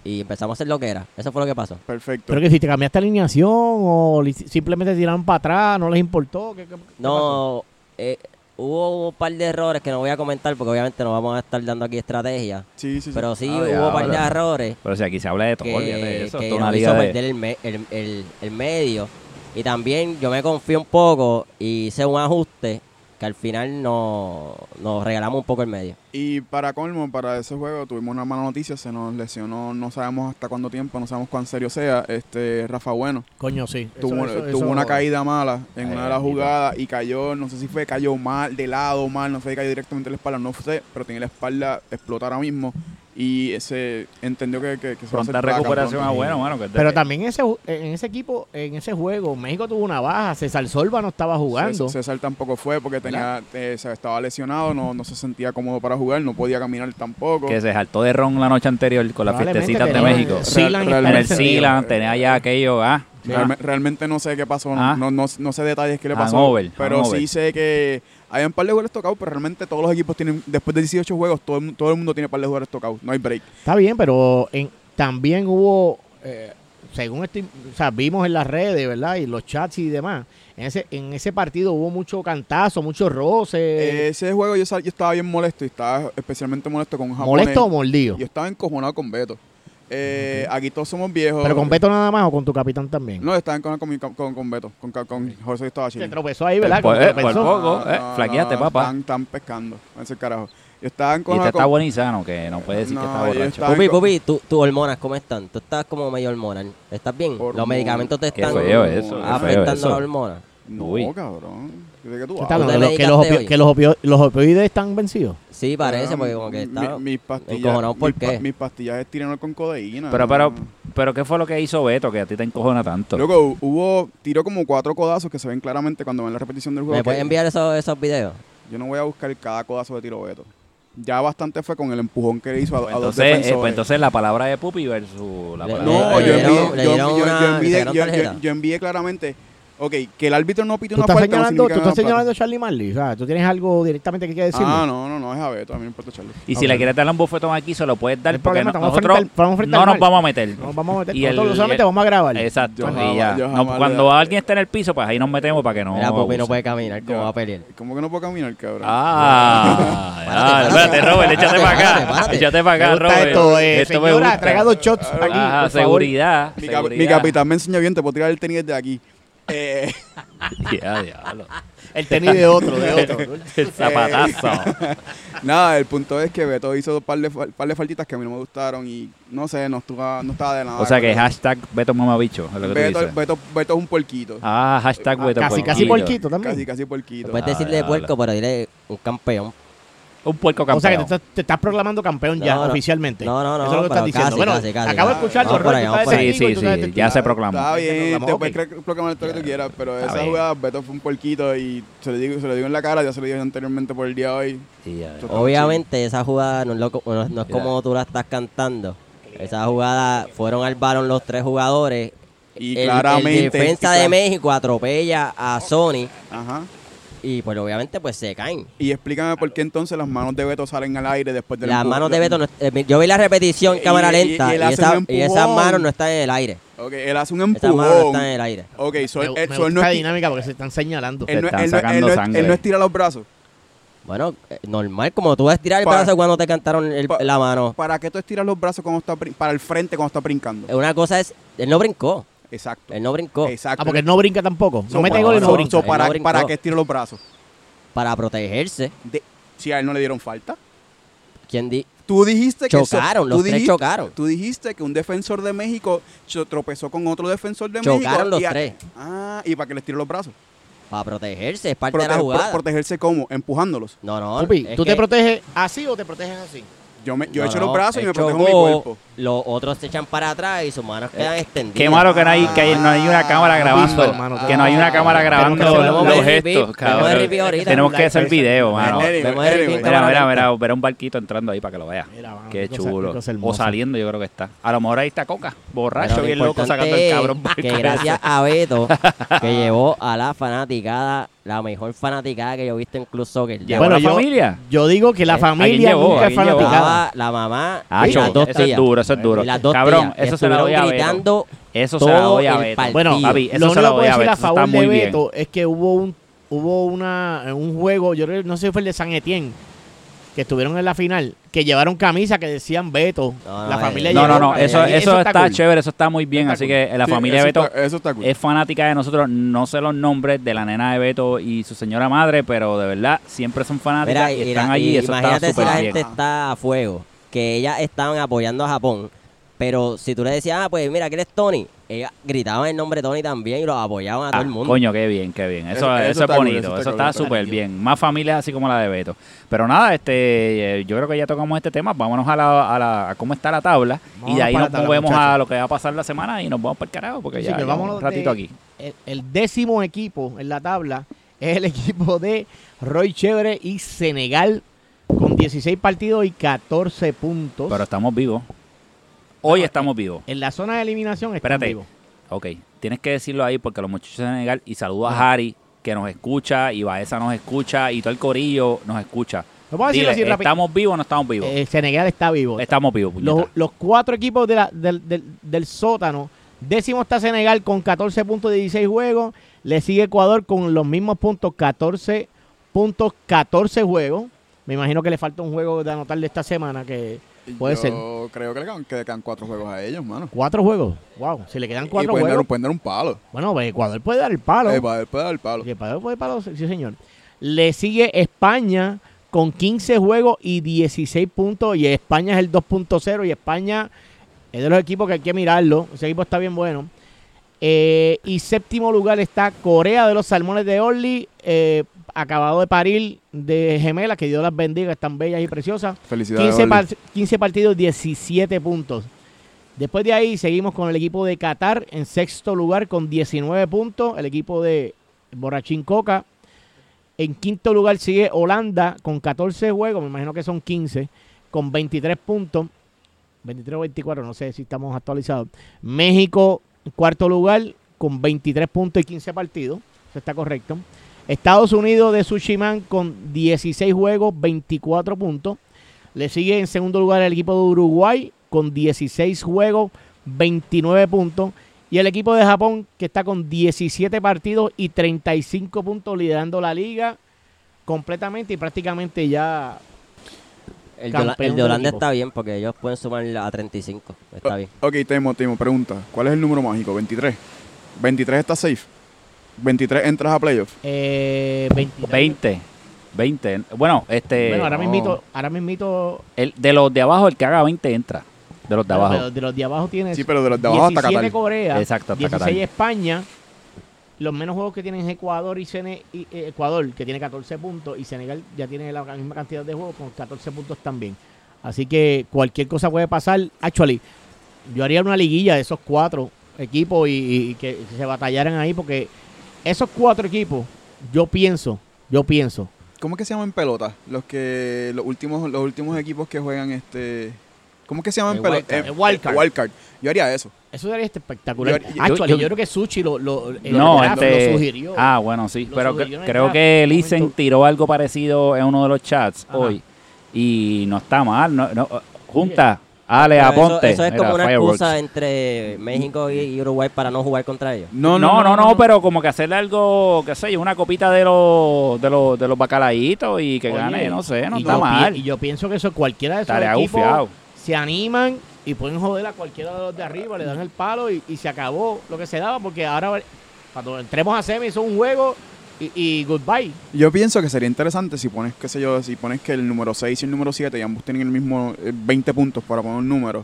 S2: y empezamos a hacer lo que era. Eso fue lo que pasó.
S5: Perfecto.
S3: Pero que si te cambiaste alineación o li- simplemente tiraron para atrás, no les importó. ¿qué- qué- qué pasó?
S2: No, eh, hubo un par de errores que no voy a comentar porque obviamente no vamos a estar dando aquí estrategia.
S5: Sí, sí, sí.
S2: Pero sí
S1: Ah,
S2: hubo
S1: ya,
S2: un par de
S1: ahora.
S2: errores
S1: Pero si aquí se habla de todo,
S2: que,
S1: olvídate de eso.
S2: que
S1: Esto es una
S2: nos
S1: liga
S2: hizo
S1: de-
S2: perder el, me- el- el- el medio. Y también yo me confío un poco y hice un ajuste que al final no, nos regalamos un poco el medio.
S5: Y para colmo, para ese juego tuvimos una mala noticia, se nos lesionó, no sabemos hasta cuánto tiempo, no sabemos cuán serio sea, este Rafa Bueno.
S3: Coño, sí. Eso-
S5: tuvo,
S3: eso-
S5: tuvo
S3: eso-
S5: una caída mala en
S1: Ay,
S5: una de las
S1: bendito.
S5: jugadas y cayó, no sé si fue, cayó mal, de lado, mal, no sé si cayó directamente en la espalda, no sé, pero tiene la espalda explotada ahora mismo y ese entendió que, que, que se va a hacer
S1: Pronta
S5: placa
S1: recuperación
S5: pronto.
S1: a bueno, bueno. Que es de-
S3: Pero también ese, ju- en ese equipo, en ese juego, México tuvo una baja. César Solva no estaba jugando.
S5: César, César tampoco fue porque tenía eh, se- estaba lesionado, no, no se sentía cómodo para jugar, no podía caminar tampoco.
S1: Que se saltó de ron la noche anterior con las
S3: Probablemente
S1: fiestecitas de
S3: tenía-
S1: México.
S3: Silan
S5: Real-
S1: En
S3: estaba
S1: el
S5: realmente-
S3: encendido.
S1: Silan tenía ya aquello, ah,
S5: Realme- realmente no sé qué pasó, no-
S1: Ah.
S5: no, no, no sé detalles qué le pasó.
S1: Hangover,
S5: pero
S1: hangover.
S5: sí sé que hay un par de jugadores tocados, pero realmente todos los equipos tienen, después de 18 juegos, todo el, mu- todo el mundo tiene par de jugadores tocados, no hay break.
S3: Está bien, pero en- también hubo, eh, según estoy- o sea, vimos en las redes, ¿verdad? Y los chats y demás. En ese, en ese partido hubo mucho cantazo, mucho roce.
S5: Eh, Ese juego yo, sa- yo estaba bien molesto y estaba especialmente molesto con un japonés.
S3: molesto o mordido.
S5: Yo estaba encojonado con Beto. Eh, Aquí todos somos viejos.
S3: Pero con Beto nada más o con tu capitán también.
S5: No, estaba encojonado con, mi- con, con Beto, con, ca- con José estaba
S3: Se
S5: chile.
S3: tropezó ahí, ¿verdad?
S1: Por-
S3: Como
S1: eh,
S3: tropezó.
S1: por poco, eh, flaqueaste, papá.
S5: Están, están pescando, ese carajo. Yo estaba
S1: y este
S5: encojonado
S1: está
S5: con...
S1: bueno y sano, que no puede decir
S5: No,
S1: que está
S5: yo
S1: borracho.
S5: estaba-
S2: Pupi,
S5: co-
S2: Pupi, tu- tus hormonas, ¿cómo están? Tú estás como medio hormonal. ¿Estás bien?
S5: Hormona.
S2: Los medicamentos te
S1: Qué
S2: están
S1: feo eso, qué feo
S2: afectando
S1: eso.
S2: las hormonas.
S5: No,
S1: Uy.
S5: cabrón. ¿De qué tú
S3: Está
S5: hablas?
S2: ¿Tú
S3: hablando
S2: te
S3: de lo- que los,
S2: medicaste
S3: opio-
S2: hoy?
S3: que los, opio- los opioides están vencidos.
S2: Sí, parece, porque como que
S5: Ah, Mi-
S2: está...
S5: mis pastillas,
S2: encojonado, ¿por
S5: mis
S2: qué?
S5: pa- mis pastillas es tiranol con codeína.
S1: Pero, pero,
S5: no.
S1: pero, ¿qué fue lo que hizo Beto que a ti te encojona tanto?
S5: Luego hu- hubo, tiró como cuatro codazos que se ven claramente cuando ven la repetición del juego.
S2: ¿Me
S5: que
S2: puedes enviar esos, esos videos?
S5: Yo no voy a buscar cada codazo de tiro Beto. Ya bastante fue con el empujón que le hizo a, a dos
S1: Entonces, eh,
S5: defensores.
S1: pues entonces eh, la palabra de Pupi versus la
S2: Le-
S1: palabra
S5: no,
S1: de
S2: Le
S5: yo
S2: dieron-
S5: envié,
S2: le
S5: yo,
S2: dieron
S5: yo- yo
S2: una-
S5: envié-
S2: le sacaron
S5: yo- yo-
S2: tarjeta.
S5: yo envié claramente, ok, que el árbitro no pitió
S3: Tú
S5: una
S3: estás
S5: falta no
S3: señalando, tú
S5: significa que no
S3: estás
S5: es una
S3: señalando a Charlie Marley. O sea, tú tienes algo directamente que quieres
S5: falta.
S3: decirme.
S5: Ah, no, no, no, es a Beto, a mí no me importa Charlie.
S1: Y si
S3: Ok.
S1: le quieres dar un bofetón aquí, se lo puedes dar
S3: No hay
S1: porque
S3: problema,
S1: no-
S3: estamos
S1: nosotros
S3: frente al- estamos frente
S1: no
S3: al
S1: nos
S3: mar.
S1: vamos a meter.
S3: No, vamos a meter.
S1: Y el-
S3: nosotros solamente
S1: el-
S3: vamos a grabar.
S1: Exacto.
S5: Yo
S1: y
S5: jamás-
S1: ya.
S5: yo
S1: No,
S5: jamás le
S1: cuando
S5: daré.
S1: alguien está en el piso, pues ahí nos metemos para que no.
S2: Mira,
S3: pues,
S2: Pupi no
S1: abuse.
S2: puede caminar, ¿cómo
S5: Ya.
S2: va a pelear?
S5: ¿Cómo que no puedo caminar, cabrón?
S1: Ah, ah,
S2: Párate,
S1: espérate, Robert, échate para
S2: párate,
S1: acá.
S2: párate.
S1: Échate para acá,
S3: Me gusta
S1: Robert.
S3: esto, eh,
S1: me
S3: señora,
S1: gusta.
S3: traiga dos shots aquí,
S1: Ajá,
S3: por favor.
S1: seguridad.
S5: mi, cap- mi
S1: seguridad.
S5: capitán me enseñó bien, te puedo tirar el tenis de aquí. Eh,
S1: Ya, diablo.
S3: El tenis de otro, de otro.
S1: El zapatazo.
S5: Eh, Nada, el punto es que Beto hizo un par de, fal- par de faltitas que a mí no me gustaron y no sé, no, estuvo, no estaba de nada.
S1: o sea que
S5: Beto,
S1: hashtag Beto Mamabicho, es lo que tú
S5: Beto,
S1: dices.
S5: Beto- Beto es un puerquito.
S1: Ah, hashtag Beto
S3: casi, casi
S1: Puerquito.
S3: porquito también.
S5: Casi, casi puerquito.
S2: Puedes
S1: Ah,
S2: decirle
S1: ya,
S2: puerco, pero dile un campeón.
S1: Un puerco campeón.
S3: O sea que te estás, te estás proclamando campeón ya
S2: No, no.
S3: oficialmente.
S2: No, no, no.
S3: Eso es lo que
S2: pero
S3: estás diciendo.
S2: casi,
S3: bueno,
S2: casi, casi,
S3: acabo de
S2: casi.
S3: escuchar
S5: Vamos
S3: los
S2: por ahí, vamos por ahí.
S1: Sí, sí, sí, ya se proclamó.
S5: Está
S3: Se
S5: bien,
S3: proclamó,
S5: te
S3: ok.
S5: puedes cre- proclamar todo lo que tú quieras, pero
S1: Está
S5: esa
S1: bien.
S5: jugada Beto fue un puerquito y se lo digo, se lo digo en la cara, ya se lo dije anteriormente por el día de hoy.
S1: Sí, ya, ya.
S2: Obviamente esa jugada no es, lo co- no es- no es
S1: Mira.
S2: como tú la estás cantando. Esa jugada fueron al balón los tres jugadores. El-
S5: Y
S2: el
S5: claramente.
S2: defensa
S5: y
S2: de
S5: cla-
S2: México atropella a Sony
S5: Ajá.
S2: y pues obviamente pues se caen.
S5: Y explícame por qué entonces las manos de Beto salen al aire después del
S2: Las
S5: empujón.
S2: manos de Beto, no- eh, yo vi la repetición en
S5: Y-
S2: cámara
S5: y- y-
S2: lenta
S5: y
S2: y,
S5: él hace
S2: esa-
S5: un
S2: y esas
S5: empujón.
S2: manos no están en el aire.
S5: Ok, él hace un
S2: Esas manos no
S5: empujón.
S2: están en el aire.
S5: Ok, so
S3: Me,
S5: él,
S3: me
S5: él- so
S3: gusta
S5: él no
S3: la
S5: es-
S3: dinámica porque se están señalando.
S1: Se
S5: él no-
S1: están
S5: él no- él
S1: sacando
S5: no-
S1: sangre.
S5: él no estira los brazos.
S2: Bueno, eh, normal, como tú vas a tirar el
S5: Pa-
S2: brazo cuando te cantaron el-
S5: pa-
S2: la mano.
S5: ¿Para qué tú estiras los brazos cuando está brin- para el frente cuando está brincando?
S2: Eh, Una cosa es, él no brincó,
S5: Exacto.
S2: él no brincó
S5: Exacto.
S3: Ah, porque él no brinca tampoco.
S5: So,
S3: No mete
S5: para-
S3: gol y
S2: no
S3: no
S5: so-
S3: brinca.
S5: so,
S2: Él no
S5: para,
S2: brincó.
S5: ¿Para qué estira los brazos?
S2: para protegerse.
S5: De- si a él no le dieron falta.
S2: ¿Quién di?
S5: Tú dijiste que
S2: Chocaron,
S5: tú
S2: los tres
S5: dijiste-
S2: chocaron.
S5: Tú dijiste que un defensor de México cho- tropezó con otro defensor de México.
S2: Chocaron los
S5: y a-
S2: tres.
S5: Ah, y para que le estiró los brazos.
S2: Para protegerse, es parte
S5: Prote-
S2: de la
S5: pro-
S2: jugada.
S5: protegerse cómo? Empujándolos.
S2: no, no.
S3: Pupi,
S2: es
S3: ¿tú te
S2: que-
S3: proteges así o te proteges así?
S5: Yo me, yo
S2: no,
S5: echo
S2: no,
S5: los brazos y
S2: él
S5: me protejo mi
S2: chocó,
S5: cuerpo. Eh,
S2: Los otros se echan para atrás y sus manos quedan extendidas.
S1: Qué malo que no hay, que hay- no hay una cámara grabando.
S3: Ah, hermano,
S1: que no hay una
S3: ah,
S1: cámara
S3: tenemos
S1: grabando
S3: que hacer-
S1: los,
S3: vamos a
S2: ver el
S1: gestos,
S2: review, vamos a ver el review
S1: cabrón.
S2: ahorita.
S1: Tenemos que hacer video, mano.
S5: Anyway,
S2: vemos el
S5: anyway.
S2: link.
S1: Mira, mira, mira, ver un barquito entrando ahí para que lo veas.
S3: Mira, mano,
S1: Qué
S3: qué cosa-
S1: chulo.
S3: qué cosa
S1: o
S3: hermosa.
S1: saliendo, yo creo que está. A lo mejor ahí está Coca, borracho,
S2: Pero lo
S1: bien loco,
S2: importante
S1: sacando el
S2: es
S1: cabrón barco.
S2: Que gracias a Beto, que llevó a la fanaticada, la mejor fanaticada que yo he visto en Club Soccer.
S1: Llevó
S3: Bueno,
S1: a la
S3: yo-
S1: familia.
S3: Yo digo que la
S2: ¿Eh?
S3: familia
S1: ¿A quién llevó?
S3: nunca
S1: ¿A
S3: es
S1: quién llevó?
S3: fanaticada.
S2: Estaba la mamá
S1: Ah,
S2: y las dos
S1: eso es
S2: tías.
S1: duro, eso es duro.
S2: Y las dos
S1: Cabrón,
S2: tías.
S1: eso se lo voy a
S2: Estuvieron
S1: Beto.
S2: gritando
S1: Eso se la
S2: todo
S1: voy a
S2: el
S1: Beto.
S2: partido.
S3: Bueno,
S1: Papi, eso
S3: lo
S1: se la
S3: único que
S1: voy
S3: puedo
S1: a
S3: decir a
S1: Beto. Eso está
S3: favor de
S1: muy bien.
S3: Beto es que hubo un hubo una un juego, yo creo- no sé si fue el de San Etienne, que estuvieron en la final, que llevaron camisas que decían Beto.
S2: No, no,
S3: la
S2: eh,
S3: familia
S1: No, no,
S3: llegó,
S1: no.
S3: eh,
S1: Eso, eso está,
S3: cool.
S1: chévere, eso está muy bien.
S3: Está
S1: así
S3: cool.
S1: que eh, la
S5: Sí,
S1: familia de
S5: eso
S1: Beto
S5: está- eso está cool.
S1: es fanática de nosotros. No sé los nombres de la nena de Beto y su señora madre, pero de verdad siempre son fanáticas
S2: Mira,
S1: y
S2: y
S1: están
S2: la-
S1: allí.
S2: y
S1: eso está
S2: imagínate si
S1: súper
S2: la
S1: bien.
S2: gente está a fuego, que ellas estaban apoyando a Japón, pero si tú le decías, ah, pues mira, que eres Tony, ellas gritaban el nombre Tony también y los apoyaban a todo
S1: Ah,
S2: el mundo.
S1: Coño, qué bien, qué bien. Eso,
S5: Eso-
S1: eso,
S5: eso
S1: es
S5: está cool,
S1: bonito,
S5: eso está
S1: eso
S5: cool,
S1: está
S5: eso está
S1: súper bien. Más familias así como la de Beto. Pero nada, este, eh, yo creo que ya tocamos este tema. Vámonos a, la, a, la- a cómo está la tabla. y
S3: Vámonos
S1: de ahí
S3: para
S1: nos
S3: la tabla,
S1: movemos a
S3: muchachos.
S1: lo que va a pasar la semana y nos vamos para el carajo porque
S3: Así
S1: ya
S3: que
S1: llevamos
S3: vámonos
S1: un ratito
S3: de-
S1: aquí.
S3: El, el décimo equipo en la tabla es el equipo de Roy Chévere y Senegal con 16 partidos y 14 puntos.
S1: Pero estamos vivos. Hoy estamos vivos.
S3: en la zona de eliminación está
S1: Espérate.
S3: vivo.
S1: Ok, tienes que decirlo ahí porque los muchachos de Senegal y saludo a Harry que nos escucha y Baeza nos escucha y todo el corillo nos escucha.
S3: Lo puedo decir
S1: Dile,
S3: así rápido.
S1: ¿Estamos vivos o no estamos vivos?
S3: Eh, Senegal está vivo.
S1: estamos vivos, puñeta.
S3: Los, los cuatro equipos de la- del, del- del sótano. Décimo está Senegal con 14 puntos de 16 juegos. Le sigue Ecuador con los mismos puntos, 14 puntos, 14 juegos. Me imagino que le falta un juego de anotarle esta semana que... Puede
S5: Yo
S3: ser.
S5: creo que le quedan, que le quedan cuatro juegos a ellos, mano.
S3: ¿Cuatro juegos? Wow, si le quedan
S5: Y
S3: cuatro
S5: pueden dar,
S3: juegos...
S5: un, pueden dar un palo.
S3: Bueno, pues Ecuador puede dar el palo.
S5: Eh, puede- puede dar el palo.
S3: Sí, Ecuador puede dar el palo, sí señor. Le sigue España con 15 juegos y 16 puntos. Y España es el 2.0 y España es de los equipos que hay que mirarlo. Ese equipo está bien bueno. Eh, y séptimo lugar está Corea de los Salmones de Orly, eh, acabado de parir de gemelas, que Dios las bendiga, están bellas y preciosas.
S5: Felicidades.
S3: 15,
S5: Oli.
S3: par- 15 partidos, 17 puntos. Después de ahí seguimos con el equipo de Qatar en sexto lugar con 19 puntos. El equipo de Borrachín Coca. En quinto lugar sigue Holanda con 14 juegos, me imagino que son 15, con 23 puntos. 23 o 24, no sé si estamos actualizados. México, cuarto lugar, con 23 puntos y 15 partidos. Eso está correcto. Estados Unidos de Sushiman con 16 juegos, 24 puntos. Le sigue en segundo lugar el equipo de Uruguay con 16 juegos, 29 puntos. Y el equipo de Japón que está con 17 partidos y 35 puntos liderando la liga completamente y prácticamente ya
S2: el, de, Hola-
S3: campeón
S2: el de
S3: del
S2: Holanda
S3: equipo.
S2: está bien porque ellos pueden sumar a 35. Está bien.
S5: Ok, Temo, Temo, pregunta. ¿Cuál es el número mágico? 23. 23 está safe. 23 entras a playoffs.
S3: Eh, 23.
S1: 20. 20. Bueno, este.
S3: Bueno, ahora
S5: no.
S3: mismito, ahora mismito
S1: el- de los de abajo, el que haga 20 entra. De los de
S3: pero-
S1: abajo.
S3: pero de los de abajo tienes
S5: Sí, pero de los de abajo hasta
S3: 17
S5: Qatar.
S3: Corea,
S1: Exacto, hasta
S3: 16
S1: Qatar.
S3: España. Los menos juegos que tienen es Ecuador y, Sene- y, eh, Ecuador, que tiene 14 puntos, y Senegal ya tiene la misma cantidad de juegos con 14 puntos también. Así que cualquier cosa puede pasar. Actually, yo haría una liguilla de esos cuatro equipos y, y que se batallaran ahí, porque esos cuatro equipos, yo pienso, yo pienso,
S5: ¿Cómo es que se llaman pelota? Los que los últimos los últimos equipos que juegan este ¿Cómo es que se llaman
S1: El
S5: pelota?
S1: wildcard.
S5: Eh,
S3: El wildcard.
S5: eh, wildcard. Yo haría eso.
S3: eso sería espectacular.
S5: Yo- yo-
S3: Actually,
S1: yo-
S3: yo, creo que Suchi lo, lo- eh,
S1: No,
S3: lo-
S1: este-
S3: lo sugirió.
S1: Ah, bueno, sí.
S3: Lo
S1: Pero
S3: sugirió en
S1: cre-
S3: el
S1: creo
S3: draft
S1: que
S3: en un
S1: Lisen
S3: momento.
S1: tiró algo parecido en uno de los chats
S3: Ajá.
S1: hoy. Y no está mal. No, no, junta, Ale,
S2: Pero eso-
S1: aponte.
S2: Eso, es
S1: Mira,
S2: como una
S1: fireworks.
S2: excusa entre México y- y Uruguay para no jugar contra ellos.
S1: No no no, pero como que hacerle algo, qué sé yo, una copita de los de los de los bacalaitos y que
S3: Oye,
S1: gane, no sé, no
S3: y
S1: está
S3: yo pi-
S1: mal.
S3: Y yo pienso que eso cualquiera de esos
S1: Estaría
S3: equipos
S1: gufiado.
S3: se animan y pueden joder a cualquiera de los de arriba, le dan el palo y, y se acabó lo que se daba porque ahora cuando entremos a semi son un juego y, y goodbye.
S5: Yo pienso que sería interesante si pones, qué sé yo, si pones que el número 6 y el número 7 y ambos tienen el mismo eh, 20 puntos para poner un número.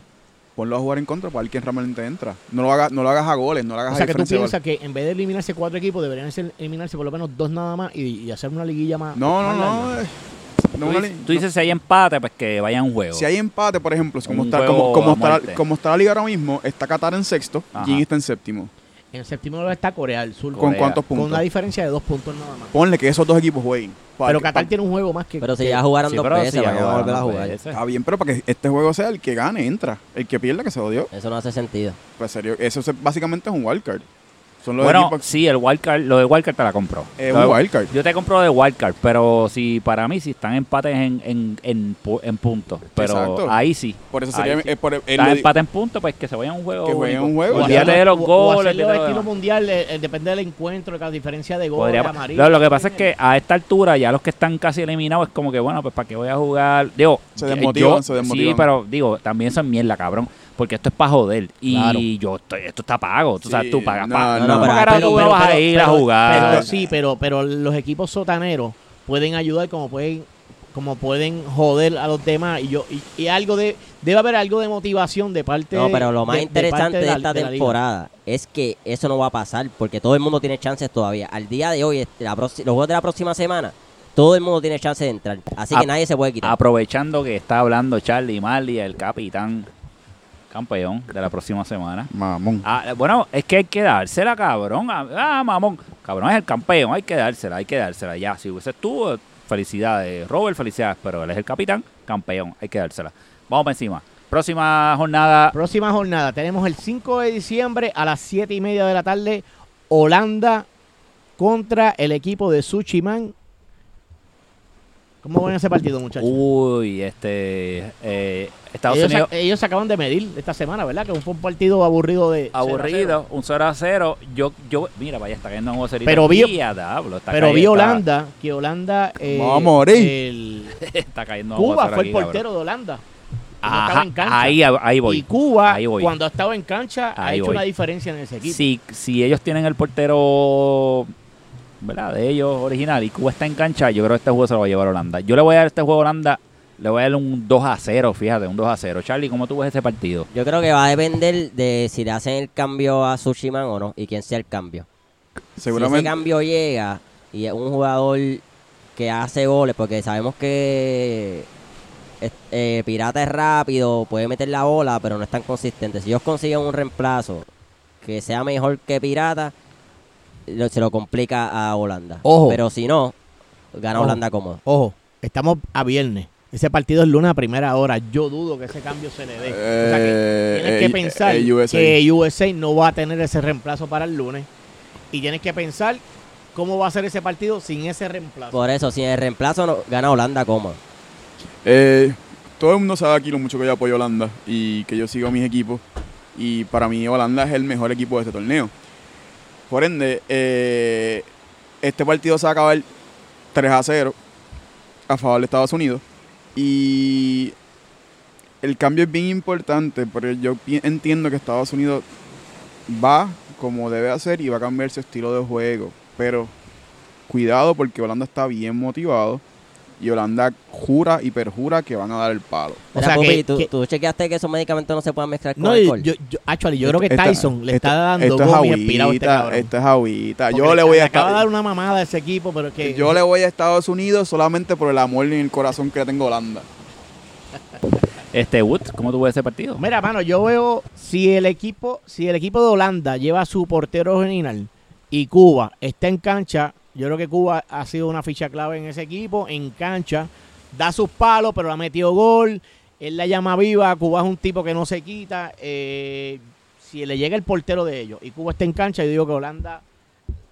S5: Ponlo a jugar en contra para ver quién realmente entra. No lo hagas, no lo hagas a goles, no lo hagas
S3: O sea
S5: a
S3: que tú
S5: diferencia de goles.
S3: piensas que en vez de eliminarse cuatro equipos deberían ser- eliminarse por lo menos dos nada más y, y hacer una liguilla más.
S5: No, no,
S3: más larga.
S5: no. eh, no,
S1: tú,
S5: no,
S1: dices,
S5: no.
S1: tú dices si hay empate, pues que vaya a un juego.
S5: Si hay empate, por ejemplo, como
S1: Un
S5: está,
S1: juego
S5: como, como
S1: a muerte.
S5: está, como está la liga ahora mismo, está Qatar en sexto,
S1: Ajá.
S5: Gin está en séptimo.
S3: En séptimo lugar está Corea del Sur
S5: ¿Con
S1: Corea.
S5: cuántos
S3: con una
S5: puntos?
S3: diferencia de dos puntos nada más.
S5: Ponle que esos dos equipos jueguen. Pa-
S3: Pero
S5: que-
S3: Qatar
S5: pa-
S3: tiene un juego más que
S2: Pero si
S3: que-
S2: ya jugaron
S1: Sí,
S2: dos
S1: pero
S2: veces,
S1: sí,
S2: van a
S1: ahora
S2: volver a
S1: no
S2: jugar.
S1: puede ser.
S5: Está bien, pero para que este juego sea el que gane, entra. El que pierda, que se odió.
S2: Eso no hace sentido.
S5: Pues serio, eso es- básicamente es un wildcard. Son los
S1: Bueno,
S5: equipos.
S1: sí, el wildcard, lo de wildcard te la compró.
S5: Es
S1: Lo de-
S5: un wildcard.
S1: Yo te compro de wildcard, pero si para mí si están empates en, en, en, pu- en puntos. Pero
S5: Exacto.
S1: ahí sí.
S5: Por eso
S1: ahí
S5: sería.
S1: sí.
S5: es por- él
S1: Están
S5: le-
S1: empates en puntos, pues que se vayan a un juego.
S5: Que jueguen
S1: único.
S5: un juego,
S3: O
S1: Olvídate
S3: hacerlo-
S1: de los
S3: o- o
S1: goles.
S3: hacerlo
S1: de
S3: de
S1: todo lo
S3: estilo
S1: demás.
S3: mundial, eh, eh, depende del encuentro, la diferencia de goles,
S1: Podría- lo,
S3: amarillas.
S1: lo que pasa es que a esta altura ya los que están casi eliminados es como que, bueno, pues para qué voy a jugar. Digo,
S5: Se
S1: que-
S5: desmotivan,
S1: yo-
S5: se desmotivan.
S1: Sí, pero digo, también eso es mierda, cabrón. Porque esto es para joder. Y
S3: Claro.
S1: yo estoy- esto está pago. Tú sabes,
S5: Sí,
S1: tú pagas
S5: no,
S1: pago.
S5: no,
S1: ¿Cómo
S2: no, pero-
S1: carajo tú
S2: pero-
S1: no vas a ir a jugar.
S3: pero sí, pero, pero los equipos sotaneros pueden ayudar como pueden como pueden joder a los demás y yo y, y algo de debe haber algo de motivación de parte
S2: No, pero lo más
S3: de- de
S2: interesante
S3: parte
S2: de,
S3: la-
S2: esta
S3: de la liga.
S2: temporada es que eso no va a pasar porque todo el mundo tiene chances todavía. Al día de hoy, este, la proxi- los juegos de la próxima semana, todo el mundo tiene chance de entrar. Así
S1: A-
S2: que nadie se puede
S1: ah,
S2: quitar.
S1: Aprovechando que está hablando Charlie Marley, el capitán campeón de la próxima semana.
S5: Mamón.
S1: Ah, bueno, es que hay que dársela, cabrón. Ah, mamón. Cabrón es el campeón, hay que dársela, hay que dársela. Ya, si hubiese tú, felicidades. Robert, felicidades. Pero él es el capitán, campeón, hay que dársela. Vamos para encima. Próxima jornada.
S3: Próxima jornada, tenemos el 5 de diciembre a las 7 y media de la tarde, Holanda contra el equipo de Suchiman. ¿Cómo ven ese partido, muchachos?
S1: Uy, este. eh, Uh, Estados
S3: ellos,
S1: Unidos.
S3: se, ellos se acaban de medir esta semana, ¿verdad? Que fue un partido aburrido de.
S1: Aburrido, un 0 a 0. Yo, yo, mira, vaya, está cayendo en un vocerito.
S3: Pero vi-
S1: Ya, diablo, está
S3: Pero vi
S1: cayendo-
S3: Holanda, que Holanda. eh,
S5: Vamos a morir.
S3: el-
S1: Está, está cayendo en un
S3: Cuba
S1: aguacero
S3: fue el
S1: aquí, cabrón.
S3: portero de Holanda. que no
S1: Ajá,
S3: estaba en cancha.
S1: ahí, ahí voy.
S3: Y Cuba,
S1: Ahí voy.
S3: cuando ha estado en cancha, ha
S1: Ahí
S3: hecho
S1: voy.
S3: una diferencia en ese equipo.
S1: si, si ellos tienen el portero ¿verdad? de ellos original y Cuba está en cancha, yo creo que este juego se lo va a llevar Holanda. Yo le voy a dar este juego a Holanda, le voy a dar un 2 a 0, fíjate, un 2 a 0. Charlie, ¿cómo tú ves ese partido?
S2: Yo creo que va a depender de si le hacen el cambio a Sushiman o no y quién sea el cambio. Si ese
S5: Seguramente.
S2: cambio llega y es un jugador que hace goles, porque sabemos que es- eh, Pirata es rápido, puede meter la bola, pero no es tan consistente. Si ellos consiguen un reemplazo que sea mejor que Pirata, lo- se lo complica a Holanda.
S3: Ojo.
S2: Pero si no, gana
S3: Ojo.
S2: Holanda cómodo.
S3: Ojo, estamos a viernes. Ese partido es lunes a primera hora. Yo dudo que ese cambio se le dé. O sea que
S5: eh,
S3: tienes que
S5: eh,
S3: pensar
S5: eh, USA.
S3: que USA no va a tener ese reemplazo para el lunes. Y tienes que pensar cómo va a ser ese partido sin ese reemplazo.
S2: Por eso, si el reemplazo no, gana Holanda cómodo.
S5: Eh, todo el mundo sabe aquí lo mucho que yo apoyo a Holanda y que yo sigo a mis equipos. Y para mí Holanda es el mejor equipo de este torneo. Por ende, eh, este partido se va a acabar 3 a 0 a favor de Estados Unidos. Y el cambio es bien importante porque yo pi- entiendo que Estados Unidos va como debe hacer y va a cambiar su estilo de juego. pero cuidado porque Holanda está bien motivado y Holanda jura y perjura que van a dar el palo.
S3: O
S2: Mira,
S3: sea,
S2: Pupi,
S3: que-
S2: ¿tú,
S3: que-
S2: tú chequeaste que esos medicamentos no se pueden mezclar con
S3: No, yo,
S2: alcohol?
S3: yo, yo- actually, yo creo que
S5: Esta-
S3: Tyson le
S5: esta-
S3: está dando
S5: esto es
S3: gomi espirado a este
S5: agüita,
S3: cabrón.
S5: esto es agüita.
S3: Porque
S5: Ah, Yo le voy a
S3: acaba de dar
S5: Estados-
S3: una mamada a ese equipo, pero es que
S5: yo le voy a Estados Unidos solamente por el amor en el corazón que le tengo a Holanda.
S1: Este, Woods, ¿cómo tú ves ese partido?
S3: Mira, mano, yo veo si el equipo, si el equipo de Holanda lleva a su portero original y Cuba está en cancha, yo creo que Cuba ha sido una ficha clave en ese equipo, en cancha, da sus palos, pero la ha metido gol, él la llama viva, Cuba es un tipo que no se quita, eh, si le llega el portero de ellos y Cuba está en cancha, yo digo que Holanda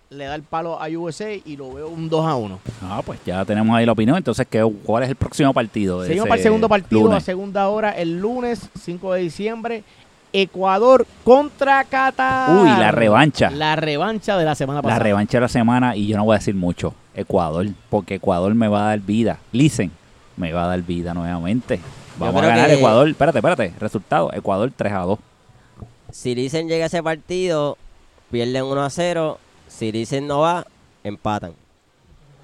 S3: le da el palo a USA y lo veo un 2 a 1.
S1: Ah, pues ya tenemos ahí la opinión. Entonces, ¿qué, ¿cuál es el próximo partido? de
S3: Seguimos
S1: ese
S3: para el segundo partido a
S1: lunes?
S3: segunda hora el lunes 5 de diciembre. Ecuador contra Qatar.
S1: Uy, la revancha. La,
S3: La revancha de la semana pasada.
S1: revancha de la semana y yo no voy a decir mucho. Ecuador, porque Ecuador me va a dar vida. Listen, me va a dar vida nuevamente. Vamos a
S2: creo
S1: ganar
S2: que-
S1: Ecuador. Espérate, espérate. Resultado, Ecuador 3 a 2.
S2: Si Lisen llega a ese partido, pierden 1 a 0. Si Lisen no va, empatan.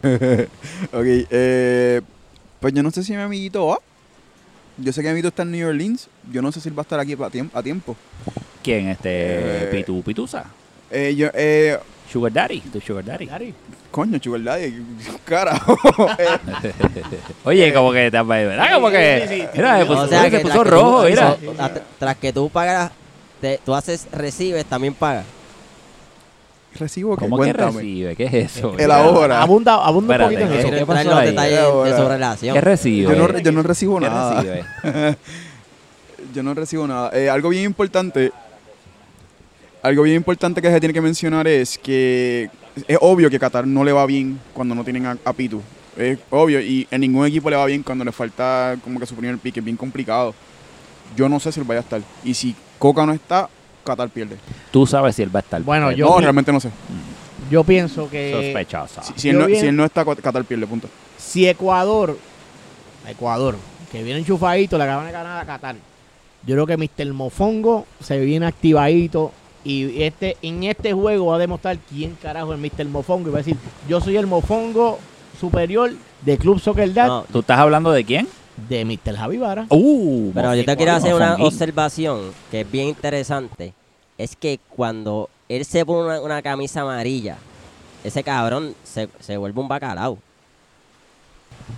S5: Ok, eh, pues yo no sé si mi amiguito va. Yo sé que mi amiguito está en New Orleans. Yo no sé si él va a estar aquí pa- a tiemp- a tiempo.
S1: ¿Quién? Este,
S5: Eh.
S1: Pitu Pitusa.
S5: Eh, yo, eh,
S1: Sugar Daddy, tu Sugar Daddy.
S3: Dari.
S5: coño, chugalá, carajo. Eh,
S1: Oye, como que te ¿verdad? Como que.
S3: Sí, sí, sí, sí.
S1: Mira, se puso,
S2: o sea,
S1: Pues, se
S2: que
S1: puso
S2: tras que tú-
S1: rojo, mira.
S2: so- a- tras que tú pagas, te- tú haces, recibes, también pagas.
S5: recibo que
S1: ¿Cómo que
S5: cuéntame.
S1: recibe? ¿Qué es eso?
S5: El ahora.
S3: Abunda, abunda un
S1: Espérate,
S3: poquito en
S1: ¿qué-
S3: eso.
S2: Quiero
S1: qué
S2: entrar en
S1: pasó
S2: los
S1: ahí?
S2: detalles
S5: Ahora.
S2: de su relación.
S1: ¿Qué recibe?
S5: Yo no, Eh, yo no recibo eh.
S1: ¿Qué
S5: nada.
S1: recibe?
S5: Yo no recibo nada. Eh, algo bien importante. Algo bien importante que se tiene que mencionar es que es obvio que Qatar no le va bien cuando no tienen a, a Pitu. Es obvio. Y a ningún equipo le va bien cuando le falta como que su primer pique. Es bien complicado. Yo no sé si él vaya a estar. Y si Coca no está, Qatar pierde.
S1: Tú sabes si él va a estar.
S3: Bueno,
S1: porque
S3: yo-
S5: no, realmente no sé.
S3: Yo eh, pienso que
S1: Sospechosa.
S5: Si, si él
S3: yo
S5: no,
S3: bien-
S5: si él no está, Qatar pierde, punto.
S3: si Ecuador, Ecuador, que viene enchufadito, le acaban de ganar a Qatar. Yo creo que Mr. Mofongo se viene activadito y este en este juego va a demostrar quién carajo es Mr. Mofongo y va a decir, yo soy el Mofongo superior de Club Soccer Dad
S2: No,
S1: ¿Tú estás hablando de quién?
S3: de Mr. Javi Vara.
S1: Uh,
S2: Pero yo te
S1: Mofonguín,
S2: quiero hacer una
S1: Mofonguín.
S2: observación que es bien interesante. Es que cuando él se pone una, una camisa amarilla, ese cabrón se, se vuelve un bacalao.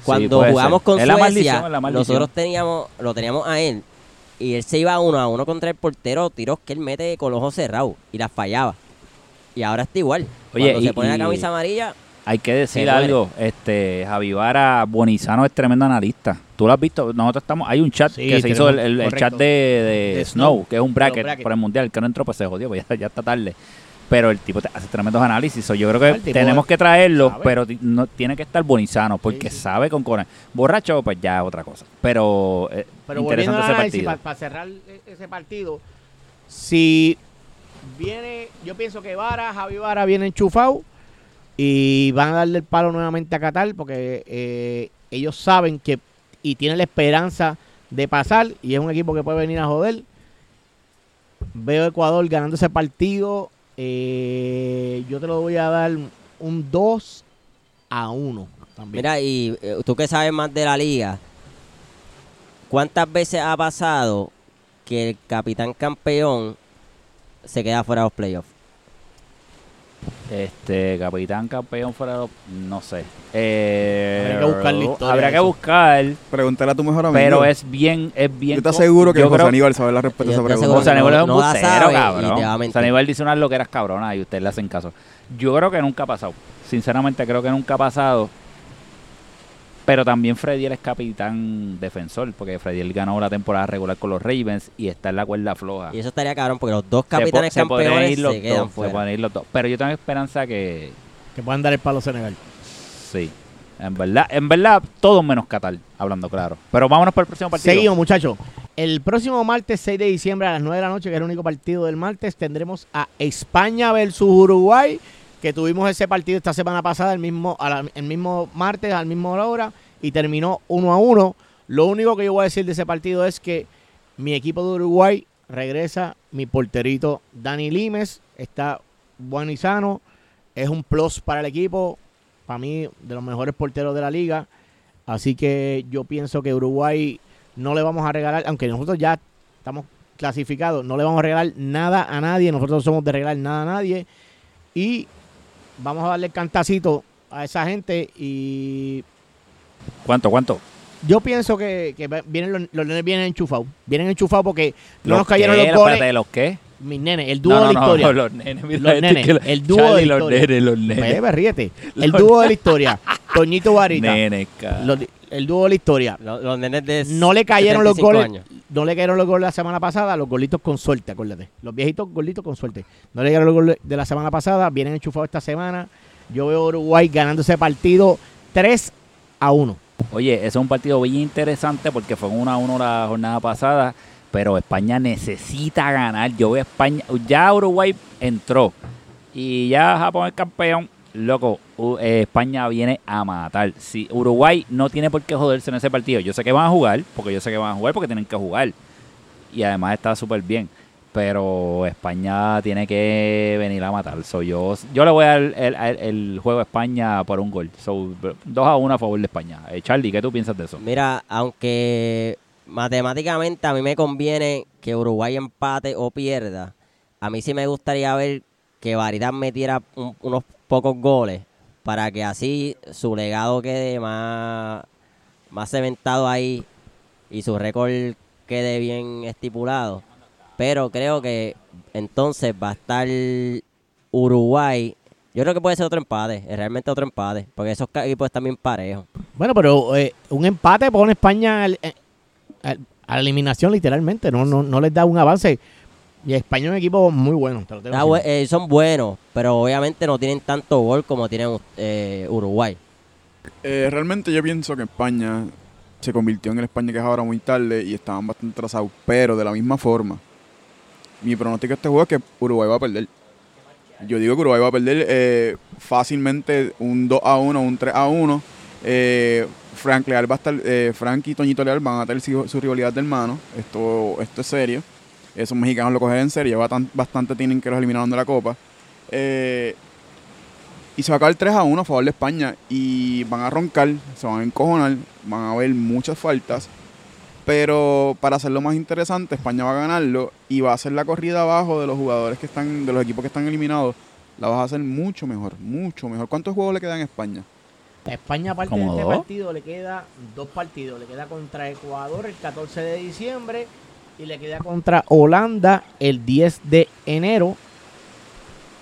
S2: Cuando
S1: puede
S2: jugamos
S1: ser.
S2: con
S1: Es la maldición,
S2: Suecia,
S1: es la maldición.
S2: nosotros teníamos, lo teníamos a él y él se iba uno a uno contra el portero, tiros que él mete con los ojos cerrados y las fallaba. Y ahora está igual.
S1: Oye,
S2: cuando
S1: y-
S2: se pone
S1: y-
S2: la camisa amarilla,
S1: Hay que decir
S2: Se muere.
S1: algo. Este, Javi Vara Bonizano es tremendo analista. Tú lo has visto. Nosotros estamos. Hay un chat
S3: Sí,
S1: que se
S3: tenemos-
S1: hizo el, el- el
S3: correcto.
S1: chat de, de
S3: De
S1: Snow,
S3: Snow,
S1: que es un bracket,
S3: bracket.
S1: por el mundial. Que no entró, pues se jodió, pues ya, ya está tarde. Pero el tipo te hace tremendos análisis. So, yo creo
S3: Ah, el
S1: que
S3: tipo
S1: tenemos que traerlo,
S3: sabe.
S1: pero ti- no, tiene que estar Bonizano porque
S3: sí.
S1: sabe con Conan. Borracho, pues ya es otra cosa. Pero, eh,
S3: Pero
S1: interesante
S3: volviendo al
S1: ese
S3: análisis,
S1: partido.
S3: para cerrar e- ese partido, si viene, yo pienso que Vara, Javi Vara viene enchufado y van a darle el palo nuevamente a Qatar porque eh, ellos saben que y tienen la esperanza de pasar y es un equipo que puede venir a joder. Veo a Ecuador ganando ese partido. eh, yo te lo voy a dar un 2 a 1 también.
S2: Mira, y eh, tú que sabes más de la liga, ¿cuántas veces ha pasado que el capitán campeón se queda fuera de los playoffs?
S1: Este, capitán, campeón, fuera de los- No sé. Eh,
S3: Habría que buscar la historia
S1: Habrá
S3: de
S1: que
S3: eso.
S1: buscar,
S5: Pregúntale a tu mejor amigo.
S1: pero es bien, es bien...
S5: Yo te aseguro que
S1: yo
S5: José
S1: creo-
S5: Aníbal sabe la respuesta a esa
S2: Yo te
S5: pregunta.
S2: aseguro
S1: José Aníbal es un
S2: No la
S1: bucero,
S2: sabe y te va a
S1: cabrón.
S2: mentir.
S1: José Aníbal dice unas loqueras cabronas y ustedes le hacen caso. Yo creo que nunca ha pasado. Sinceramente, creo que nunca ha pasado. Pero también Freddy es capitán defensor, porque Freddy ganó la temporada regular con los Ravens y está en la cuerda floja.
S2: Y eso estaría cabrón porque los
S1: Ah.
S2: dos
S1: Se po-
S2: capitanes
S1: se podrían
S2: campeones
S1: ir
S2: se,
S1: los
S2: quedan
S1: dos, se
S2: fuera.
S1: podrían ir los dos. Pero yo tengo esperanza que,
S3: Que puedan dar el palo a Senegal.
S1: Sí. En verdad, en verdad, todo menos Qatar, hablando claro. Pero vámonos para el próximo partido.
S3: Seguimos, muchachos. El próximo martes 6 de diciembre a las 9 de la noche, que es el único partido del martes, tendremos a España versus Uruguay, que tuvimos ese partido esta semana pasada, el mismo, a la- el mismo martes, al mismo hora, y terminó 1 a 1. Lo único que yo voy a decir de ese partido es que mi equipo de Uruguay regresa, mi porterito Dani Limes, está bueno y sano, Es un plus para el equipo. Para mí, de los mejores porteros de la liga. Así que yo pienso que Uruguay no le vamos a regalar, aunque nosotros ya estamos clasificados, no le vamos a regalar nada a nadie. Nosotros no somos de regalar nada a nadie. Y vamos a darle el cantacito a esa gente y
S1: ¿Cuánto, cuánto?
S3: yo pienso que, que va- vienen los, los nenes vienen enchufados. Vienen enchufados porque no
S1: ¿Los
S3: nos cayeron
S1: qué?
S3: los goles.
S1: Espérate, ¿Los qué?
S3: Mis nenes, el dúo
S1: No, no,
S3: de la
S1: no,
S3: historia.
S1: no, los nenes, mira,
S3: Los
S1: este
S3: nenes,
S1: que lo-
S3: el dúo de
S1: Charlie,
S3: la
S1: los
S3: historia.
S1: nenes, los nenes.
S3: Bebe, ríete. El
S1: Los-
S3: dúo de la historia. Toñito Barita.
S1: Nenes, cara.
S3: Los- el dúo de la historia.
S2: Los, los nenes de
S3: No le cayeron los
S2: 75
S3: goles.
S2: años.
S3: No le cayeron los goles la semana pasada, los golitos con suerte, acuérdate. Los viejitos golitos con suerte. No le cayeron los goles de la semana pasada, vienen enchufados esta semana. Yo veo a Uruguay ganando ese partido 3 a 1.
S1: Oye, ese es un partido bien interesante porque fue una a 1 la jornada pasada, pero España necesita ganar. Yo veo a España, ya Uruguay entró y ya Japón es campeón. Loco, U- eh, España viene a matar. Si Uruguay no tiene por qué joderse en ese partido. Yo sé que van a jugar, porque yo sé que van a jugar porque tienen que jugar. Y además está súper bien. Pero España tiene que venir a matar. So, yo, yo le voy a dar el, el- el juego a España por un gol. So, 2 a 1 a favor de España. Eh, Charlie, ¿qué tú piensas de eso?
S2: Mira, aunque matemáticamente a mí me conviene que Uruguay empate o pierda, a mí sí me gustaría ver que Variedad metiera un- unos pocos goles para que así su legado quede más, más cementado ahí y su récord quede bien estipulado. Pero creo que entonces va a estar Uruguay. Yo creo que puede ser otro empate, eh, realmente otro empate, porque esos ca- equipos están bien parejos.
S3: Bueno, pero eh, un empate pone a España al- eh, al- a la eliminación literalmente, no, no, no les da un avance. Y España es un equipo muy bueno. te lo tengo
S2: Ah,
S3: que
S2: bu-
S3: decir.
S2: eh, son buenos, pero obviamente no tienen tanto gol como tienen eh, Uruguay.
S5: Eh, realmente yo pienso que España se convirtió en el España que es ahora muy tarde y estaban bastante atrasados, pero de la misma forma. Mi pronóstico de este juego es que Uruguay va a perder. Yo digo que Uruguay va a perder eh, fácilmente un 2 a 1, un 3 a 1. Eh, Frank Leal va a estar, eh, Frank y Toñito Leal van a tener su, su rivalidad de hermano. Esto, esto es serio. Esos mexicanos lo cogen en serio. Ya batan- bastante tienen que los eliminaron de la Copa. Eh, y se va a acabar 3 a 1 a favor de España. Y van a roncar, se van a encojonar, van a haber muchas faltas. Pero para hacerlo más interesante, España va a ganarlo y va a hacer la corrida abajo de los jugadores que están, de los equipos que están eliminados. La vas a hacer mucho mejor, mucho mejor. ¿Cuántos juegos le quedan a España?
S3: A España aparte de
S1: ¿Cómo
S3: este
S1: dos?
S3: partido le queda dos partidos, le queda contra Ecuador el 14 de diciembre y le queda contra Holanda el 10 de enero.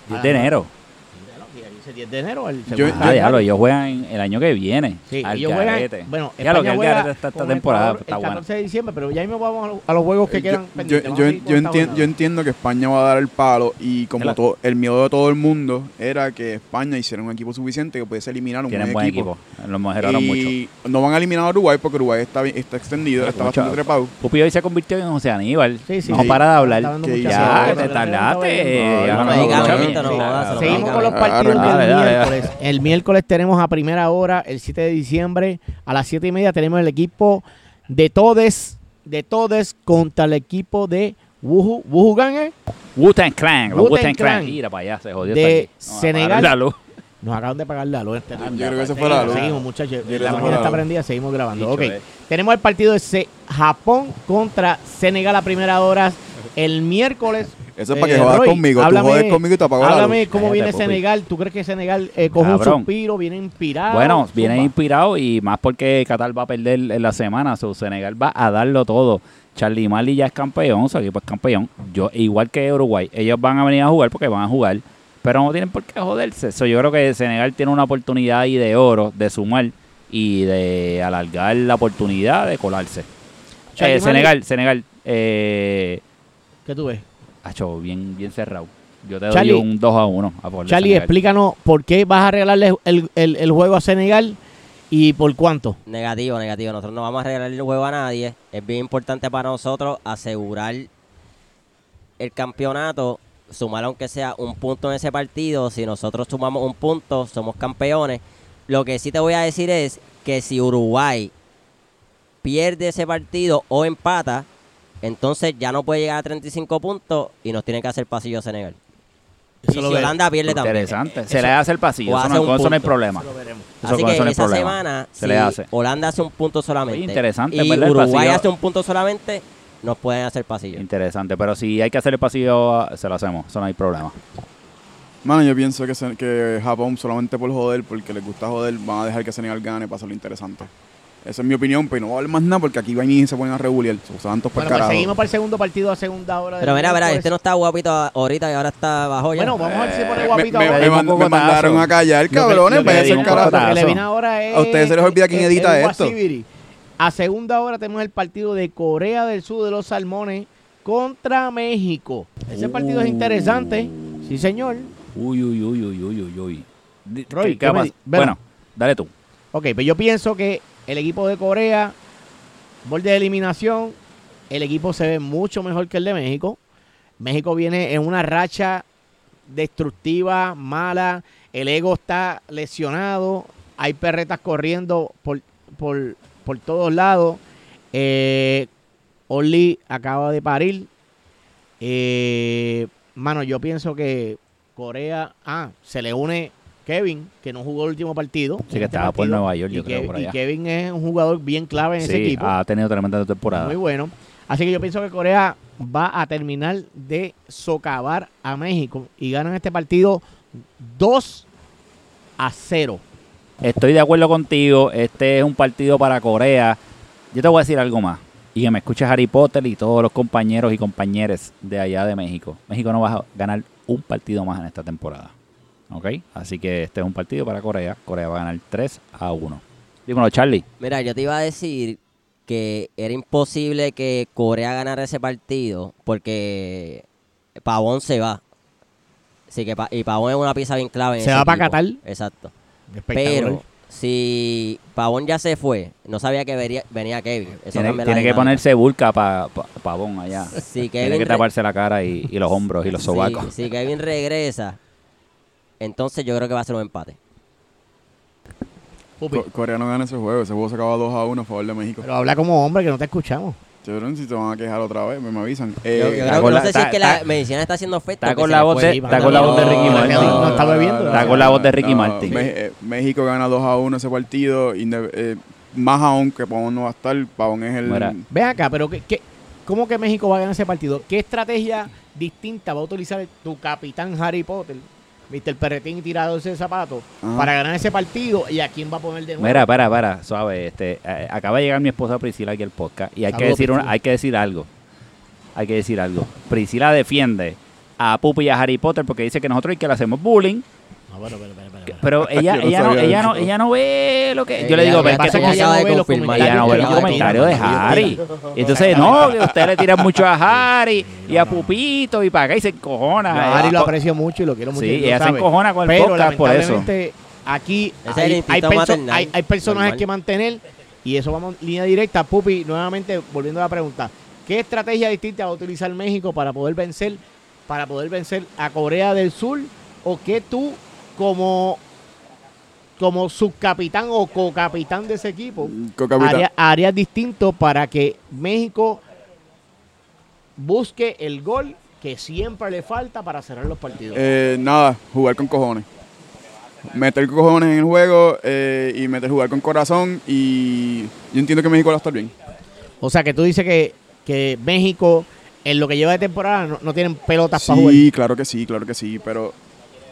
S1: 10 de enero.
S3: Bueno, y ahí dice 10 de enero el
S5: Yo-
S3: segundo
S5: yo-
S1: Ah,
S3: partido.
S1: ya lo, ellos juegan el año que viene.
S3: Sí,
S1: al
S3: ellos juegan-
S1: garete.
S3: bueno,
S1: Ya lo que
S3: España
S1: al
S3: juega
S1: garete esta, esta
S3: con
S1: temporada
S3: Ecuador
S1: está
S3: el
S1: buena.
S3: 14 de diciembre, pero ya mismo vamos a los, a los juegos que
S5: Eh,
S3: quedan
S5: yo,
S3: pendientes.
S5: yo-
S3: Vamos a
S5: yo-
S3: seguir
S5: yo
S3: con esta
S5: entien- yo
S3: jornada.
S5: entiendo que España va a dar el palo y como
S1: Claro.
S5: todo, el miedo de todo el mundo era que España hiciera un equipo suficiente que pudiese eliminar a un
S1: Tienen
S5: buen
S1: buen
S5: equipo.
S1: equipo. Lo mejoraron mucho.
S5: y no van a eliminar a Uruguay porque Uruguay está, bien- está extendido,
S1: Pero
S5: está
S1: mucho-
S5: bastante trepado.
S1: Pupi hoy se convirtió en José Aníbal.
S3: Sí, sí,
S1: no
S5: sí.
S1: para de
S3: Está
S1: hablar.
S3: dando
S5: que
S3: mucha
S5: ya,
S3: salud,
S5: te
S3: pero está
S1: tardaste.
S3: bien.
S5: Ya,
S1: no,
S2: Lógicamente,
S1: no,
S2: no jodas,
S1: no,
S3: Seguimos con los
S5: Arranca,
S3: partidos del
S1: dale, dale, dale.
S3: miércoles. El miércoles tenemos a primera hora, el 7 de diciembre, a las 7 y media tenemos el equipo de Todes, de Todes contra el equipo de Wuhu, Wuhu Gang, ¿eh?
S1: Wu-Tang Clan. Los
S3: Wu-Tang
S1: Wu-Tang Clan.
S3: Clan.
S1: Mira para allá, se jodió.
S3: De
S1: esta aquí. No,
S3: Senegal.
S1: apagar la luz.
S3: Nos acaban de pagar la luz. este
S5: Yo
S3: tipo.
S5: creo que se fue
S3: Seguimos,
S5: la luz.
S3: Seguimos, muchachos.
S5: creo que
S3: La
S5: se fue
S3: mañana
S5: la
S3: está
S5: luz.
S3: prendida, seguimos grabando.
S1: Dicho,
S3: Ok.
S1: eh.
S3: Tenemos el partido de Se- Japón contra Senegal a primera hora el miércoles.
S5: Eso es para
S3: Eh,
S5: que jodas
S3: Roy,
S5: conmigo.
S3: háblame-
S5: tú jodes conmigo y te apagas la luz.
S3: Háblame cómo
S1: Cállate,
S3: viene
S1: papi.
S3: Senegal. ¿Tú crees que Senegal eh, coge un
S1: Cabrón.
S3: suspiro? ¿Viene inspirado?
S1: Bueno, viene
S3: Zumba.
S1: inspirado y más porque Qatar va a perder en la semana. So, Senegal va a darlo todo. Charlie Mali ya es campeón, su equipo es campeón. Yo, igual que Uruguay, ellos van a venir a jugar porque van a jugar, pero no tienen por qué joderse. So, yo creo que Senegal tiene una oportunidad ahí de oro, de sumar y de alargar la oportunidad de colarse.
S3: Charlie
S1: Eh,
S3: Mali-
S1: Senegal, Senegal, eh,
S3: ¿Qué tú ves?
S1: acho, bien, bien cerrado. Yo te
S3: Charlie-
S1: doy un 2 a 1 a favor de
S3: Charlie,
S1: Senegal.
S3: explícanos por qué vas a regalarle el, el- el juego a Senegal y por cuánto.
S2: Negativo, negativo. Nosotros no vamos a regalar el juego a nadie. Es bien importante para nosotros asegurar el campeonato, sumar aunque sea un punto en ese partido. Si nosotros sumamos un punto, somos campeones. Lo que sí te voy a decir es que si Uruguay pierde ese partido o empata, entonces ya no puede llegar a 35 puntos y nos tiene que hacer pasillo a Senegal. Y si
S3: lo ve-
S2: Holanda pierde también.
S1: Interesante. Se le hace el pasillo.
S2: o
S1: Eso
S2: hace
S1: no,
S2: un
S1: con eso no hay
S2: punto.
S1: problema.
S3: Eso lo veremos.
S1: Eso
S2: Así
S1: con
S2: que
S1: eso no hay
S2: esa
S1: problema.
S2: semana,
S1: Se
S2: si
S1: le hace.
S2: Holanda hace un punto solamente
S1: Oye, interesante,
S2: y
S1: ¿verdad? El
S2: Uruguay
S1: pasillo-
S2: hace un punto solamente, nos pueden hacer pasillo.
S1: Interesante. Pero si hay que hacer el pasillo, se lo hacemos. Eso no hay problema.
S5: Mano, yo pienso que, se- que Japón solamente por joder, porque les gusta joder, van a dejar que Senegal gane para hacerlo interesante. Esa es mi opinión, pero no va a haber más nada porque aquí van y se ponen a regular. O sea, tantos para
S3: Bueno, pues
S5: carajo.
S3: seguimos para el segundo partido a segunda hora. del
S2: Pero mira, mira,
S3: miércoles.
S2: este no está guapito ahorita y ahora está bajo ya.
S3: Bueno, vamos a ver si se pone
S5: Eh,
S3: guapito
S5: me, me-
S3: ahora.
S5: me
S1: Le dimos
S5: mand- me
S1: cocotazo.
S5: mandaron a callar,
S1: que- lo
S5: cabrones.
S1: que le
S5: Váyanse
S1: dimos
S5: al
S1: cocotazo.
S5: carajo.
S1: cocotazo.
S3: Lo que le viene ahora es-
S5: A ustedes se les olvida quién
S3: es-
S5: edita
S3: es
S5: esto.
S3: Wasibiri. A segunda hora tenemos el partido de Corea del Sur de los Salmones contra México. Ese partido es interesante. Sí, señor.
S1: Uh. Uy, uy, uy, uy, uy, uy, uy. Di-
S3: Roy,
S1: ¿qué
S3: ¿qué me
S1: pasa?
S3: di-
S1: Bueno, dale tú.
S3: Ok, pero yo pienso que el equipo de Corea, borde de eliminación, el equipo se ve mucho mejor que el de México. México viene en una racha destructiva, mala, el ego está lesionado, hay perretas corriendo por, por, por todos lados. Eh, Orly acaba de parir. Eh, mano, yo pienso que Corea, ah, se le une Kevin, que no jugó el último partido.
S1: Sí, que
S3: Este
S1: estaba por
S3: partido.
S1: Nueva York,
S3: Y,
S1: yo creo,
S3: Kev-
S1: por
S3: y
S1: allá.
S3: Kevin es un jugador bien clave en ese
S1: Sí,
S3: equipo.
S1: ha tenido tremenda temporada.
S3: Muy bueno. Así que yo pienso que Corea va a terminar de socavar a México y ganan este partido 2 a 0.
S1: Estoy de acuerdo contigo. Este es un partido para Corea. Yo te voy a decir algo más. Y que me escuches Harry Potter y todos los compañeros y compañeres de allá de México. México no va a ganar un partido más en esta temporada. ¿Ok? Así que este es un partido para Corea. Corea va a ganar 3 a 1. Dímelo, Charlie.
S2: Mira, yo te iba a decir que era imposible que Corea ganara ese partido porque Pavón se va. Así que pa- y Pavón es una pieza bien clave. en
S3: Se
S2: ese
S3: va pa'
S2: equipo.
S3: Qatar.
S2: Exacto.
S3: Espectacular.
S2: Pero si Pavón ya se fue, no sabía que vería- venía Kevin. Eso
S1: Tiene,
S2: cambia la
S1: tiene que
S2: dinámica.
S1: ponerse burka para Pavón allá.
S2: Sí,
S1: Tiene
S2: Kevin
S1: que
S2: re-
S1: taparse la cara y, y los hombros y los
S2: Sí,
S1: sobacos.
S2: Si Kevin regresa, entonces yo creo que va a ser un empate.
S3: Pupi,
S5: Co- Corea no gana ese juego. Ese juego se acaba 2 a 1 a favor de México.
S3: pero habla como hombre que no te escuchamos.
S5: Cabrón, si te van a quejar otra vez, me, me avisan.
S2: Yo-
S5: Eh,
S2: yo
S1: está
S2: creo-
S1: con
S2: no
S1: la-
S2: sé si
S1: está-
S2: es que la
S1: está-
S2: medicina está haciendo efecto.
S1: está
S2: o que
S1: con
S2: se
S1: la
S2: le
S1: voz
S2: fue.
S1: de- está con la voz de Ricky
S2: No,
S1: Martin.
S2: no,
S3: No está bebiendo.
S1: Está con la voz de Ricky Martin.
S5: Me- eh, México gana 2 a 1 ese partido. inde- eh, más aún que Pavón no va a estar. Pavón es el.
S1: Mira.
S3: Ven acá, pero ¿qué, qué- cómo que México va a ganar ese partido? ¿Qué estrategia distinta va a utilizar el- tu capitán Harry Potter, Mr. Perretín y tirador de zapatos,
S5: Ajá.
S3: para ganar ese partido? ¿Y a quién va a poner de nuevo?
S1: Ah. Mira, para, para, suave. Este, eh, acaba de llegar mi esposa Priscila aquí al podcast y hay que
S3: Saludos,
S1: decir una,
S3: Priscila.
S1: hay que decir algo. Hay que decir algo. Priscila defiende a Pupi y a Harry Potter porque dice que nosotros es que le hacemos bullying,
S3: Ah, bueno, pero, pero, pero, pero.
S1: pero ella,
S5: Yo no
S1: ella, no,
S5: sabía
S1: ella
S5: eso.
S1: no, ella no ve lo que. Yo
S2: Ella-
S1: le digo,
S2: ella
S1: pero es que
S2: pasa
S1: eso
S2: con
S1: es
S2: ella acaba de
S3: los
S2: confirmar.
S1: ella no ve los
S2: Ella-
S1: comentarios de
S2: ella- ella-
S1: Harry. Y entonces, no, que ustedes le tiran mucho a Harry y a Pupito y para acá y se encojona.
S3: No,
S1: Ella-
S3: Ari lo aprecio mucho y lo quiero mucho.
S1: Ah, Sí,
S3: y lo
S1: ella se
S3: sabe.
S1: encojona con el
S3: Pero
S1: podcast por eso.
S3: lamentablemente, aquí
S2: Ese es el
S3: hay, hay,
S2: instinto
S3: perso-
S2: maternal,
S3: hay- hay personajes
S2: normal.
S3: que mantener y eso vamos en línea directa. Pupi, nuevamente volviendo a la pregunta. ¿Qué estrategia distinta va a utilizar México para poder vencer para poder vencer a Corea del Sur? ¿O qué tú como como subcapitán o cocapitán de ese equipo
S5: Cocapitán.
S3: haría- harías distinto para que México busque el gol que siempre le falta para cerrar los partidos.
S5: Eh, nada, jugar con cojones. Meter cojones en el juego eh, y meter jugar con corazón. Y yo entiendo que México va a estar bien.
S3: o sea, que tú dices que, que México, en lo que lleva de temporada, no, no tienen pelotas para jugar.
S5: Sí, claro que sí, claro que sí. Pero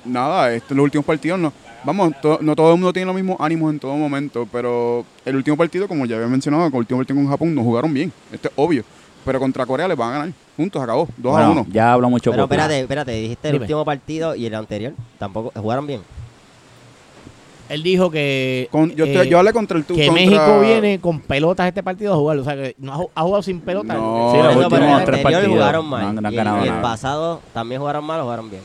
S5: nada, este, los últimos partidos no. Vamos, to- no todo el mundo tiene los mismos ánimos en todo momento, pero el último partido, como ya había mencionado, el último partido con Japón no jugaron bien. Esto es obvio. Pero contra Corea les van a ganar. Juntos, acabó. 2 a
S1: Bueno,
S5: 1.
S1: ya hablo mucho
S2: Pero
S1: Pupi.
S2: espérate, espérate, dijiste el
S3: Dime.
S2: último partido y el anterior. Tampoco jugaron bien.
S3: Él dijo que,
S5: Con- yo, te-
S3: eh,
S5: yo hablé contra el tú.
S3: que
S5: contra-
S3: México viene con pelotas a este partido a jugar. O sea, que no ha, ju- ha jugado sin pelotas.
S5: No,
S1: Sí, los
S2: Por eso,
S1: últimos
S2: pero el
S1: tres
S2: anterior
S1: partidos
S2: jugaron
S1: no
S2: mal.
S1: han- no han
S2: y,
S1: ganado
S2: y el
S1: nada.
S2: pasado también jugaron mal o jugaron bien.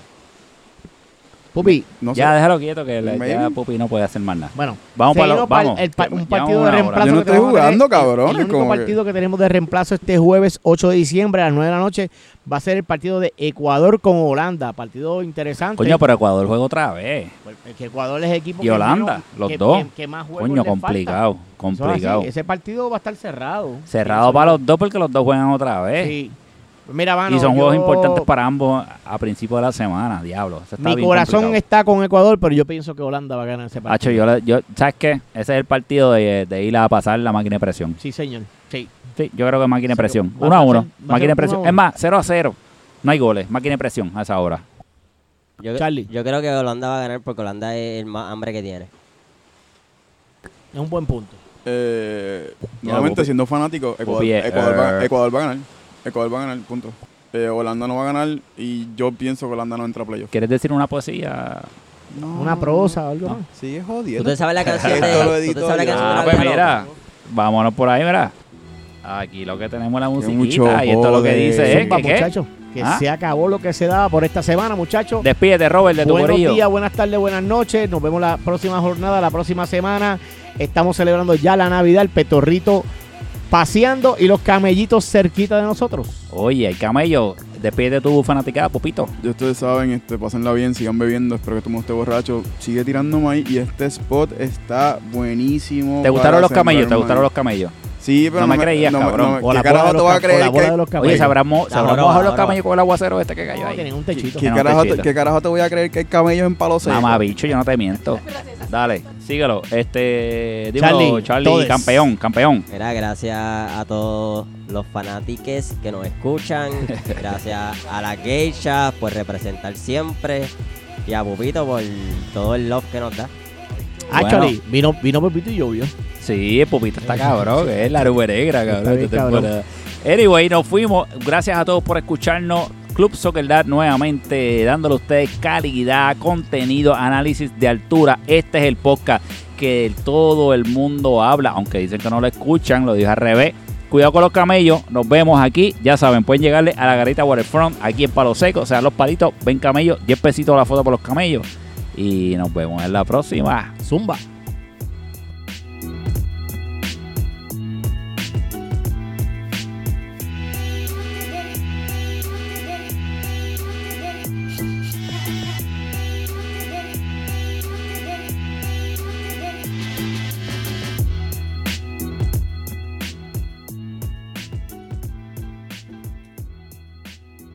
S3: Pupi,
S5: No sé.
S1: ya déjalo quieto que la-
S5: Maybe.
S1: ya Pupi no puede hacer más nada.
S3: bueno,
S1: Vamos para los
S3: seguimos pa'l-
S1: vamos.
S3: el pa-
S1: Que-
S3: un
S1: llevamos
S3: partido de
S1: una hora.
S3: reemplazo.
S5: Yo no
S3: que
S5: estoy
S3: tenemos que
S5: jugando,
S3: tener-
S5: cabrones,
S3: El único
S5: como que-
S3: partido que tenemos de reemplazo este jueves 8 de diciembre a las 9 de la noche va a ser el partido de Ecuador con Holanda. Partido interesante.
S1: Coño, pero Ecuador juega otra vez.
S3: El que Ecuador es el equipo
S1: Y
S3: que
S1: Holanda,
S3: menos-
S1: los
S3: que-
S1: dos.
S3: que- que más juegos
S1: Coño,
S3: le falta.
S1: complicado,
S3: Eso es así,
S1: complicado.
S3: Ese partido va a estar cerrado.
S1: Cerrado para los dos porque los dos juegan otra vez.
S3: Sí. Mira, mano,
S1: y son juegos
S3: yo-
S1: importantes para ambos a principio de la semana, diablo. eso está
S3: Mi
S1: bien
S3: corazón
S1: complicado.
S3: está con Ecuador, pero yo pienso que Holanda va a ganar ese
S1: Hacho,
S3: partido.
S1: yo, le- yo, ¿sabes qué? Ese es el partido de, de ir a pasar la máquina de presión.
S3: Sí, señor. Sí.
S1: Sí, yo creo que máquina de
S3: Sí,
S1: presión.
S3: va
S1: 1 a
S3: a pasar-
S1: 1.
S3: va a ser
S1: Máquina de
S3: uno a
S1: presión.
S3: uno.
S1: Es más, 0 a 0. No hay goles. Máquina de presión a esa hora.
S2: Yo,
S3: Charlie.
S2: yo creo que Holanda va a ganar porque Holanda es el más hambre que tiene.
S3: Es un buen punto.
S5: Eh,
S1: Ya,
S5: nuevamente,
S1: Bopi.
S5: siendo fanático, Ecuador,
S1: Bopi, eh,
S5: Ecuador va,
S1: eh.
S5: Ecuador va a ganar. Ecuador va a ganar, punto. Eh, Holanda no va a ganar y yo pienso que Holanda no entra a playoff.
S1: ¿Quieres decir una poesía?
S3: Una prosa o algo.
S1: No.
S3: ¿no?
S5: Sigue
S2: ¿Tú
S5: jodiendo.
S2: te sabes la canción de,
S5: Esto lo
S2: ¿tú te
S5: edito
S2: sabes la
S5: yo.
S2: canción de
S1: Ah,
S2: la
S1: pues
S2: Vida
S1: mira.
S2: Loca?
S1: Vámonos por ahí, mira. Aquí lo que tenemos es la musiquita.
S5: mucho
S1: y esto lo que
S5: jode.
S1: dice es
S5: Zumba,
S1: que,
S3: Eh, Zumba,
S1: ¿qué?
S3: muchachos. Que
S1: Ah.
S3: se acabó lo que se daba por esta semana, muchachos.
S1: Despídete, Robert, de tu
S3: Buenos
S1: gorillo.
S3: días, buenas tardes, buenas noches. Nos vemos la próxima jornada, la próxima semana. Estamos celebrando ya la Navidad, el petorrito paseando y los camellitos cerquita de nosotros.
S1: Oye, el camello, despídete tu fanaticada, Pupito.
S5: Ya ustedes saben, este, pásenla bien, sigan bebiendo. Espero que tú no estés borracho. Sigue tirando maíz y este spot está buenísimo.
S1: ¿Te gustaron
S5: para
S1: los camellos? ¿Te
S5: sembrar
S1: gustaron
S5: maíz.
S1: los camellos?
S5: Sí, pero
S1: No me creías,
S5: no me-
S1: cabrón.
S5: no me-
S3: O la bola
S5: ¿Qué carajo
S3: de
S5: te
S3: los
S5: vas a
S3: cam- o
S5: creer?
S3: la bola
S5: que-
S3: de los camellos.
S1: Oye, ¿sabrán mo-
S2: La
S1: sabrán
S2: joroba,
S1: mojar
S2: la
S1: los
S2: joroba.
S1: camellos con el aguacero este que cayó
S3: No,
S1: ahí?
S3: tienen un
S5: ¿Qué-
S3: techito.
S5: ¿Qué,
S1: No,
S5: carajo, te-
S1: techito.
S5: ¿Qué carajo te voy a creer que hay camellos en palo seco?
S1: Mamá bicho, yo no te miento. Dale, síguelo. Este, dímelo,
S3: Charlie,
S1: Charlie,
S3: todes.
S1: campeón, campeón.
S2: Mira, gracias a todos los fanáticos que nos escuchan. Gracias a la Geisha por representar siempre. Y a Pupito por todo el love que nos da.
S3: Actually, Ah, vino, vino Pepito y llovió.
S1: Sí, Pupito está cabrón, es la nube negra, cabrón,
S3: Está bien,
S1: esta temporada. Anyway, nos fuimos. Gracias a todos por escucharnos. Club Soccer Dad nuevamente dándole a ustedes calidad, contenido, análisis de altura. Este es el podcast que todo el mundo habla, aunque dicen que no lo escuchan, lo dije al revés. Cuidado con los camellos, nos vemos aquí. Ya saben, pueden llegarle a la garita Waterfront, aquí en Palo Seco, o sea, los palitos, ven camellos, 10 pesitos la foto por los camellos. Y nos vemos en la próxima.
S3: Zumba.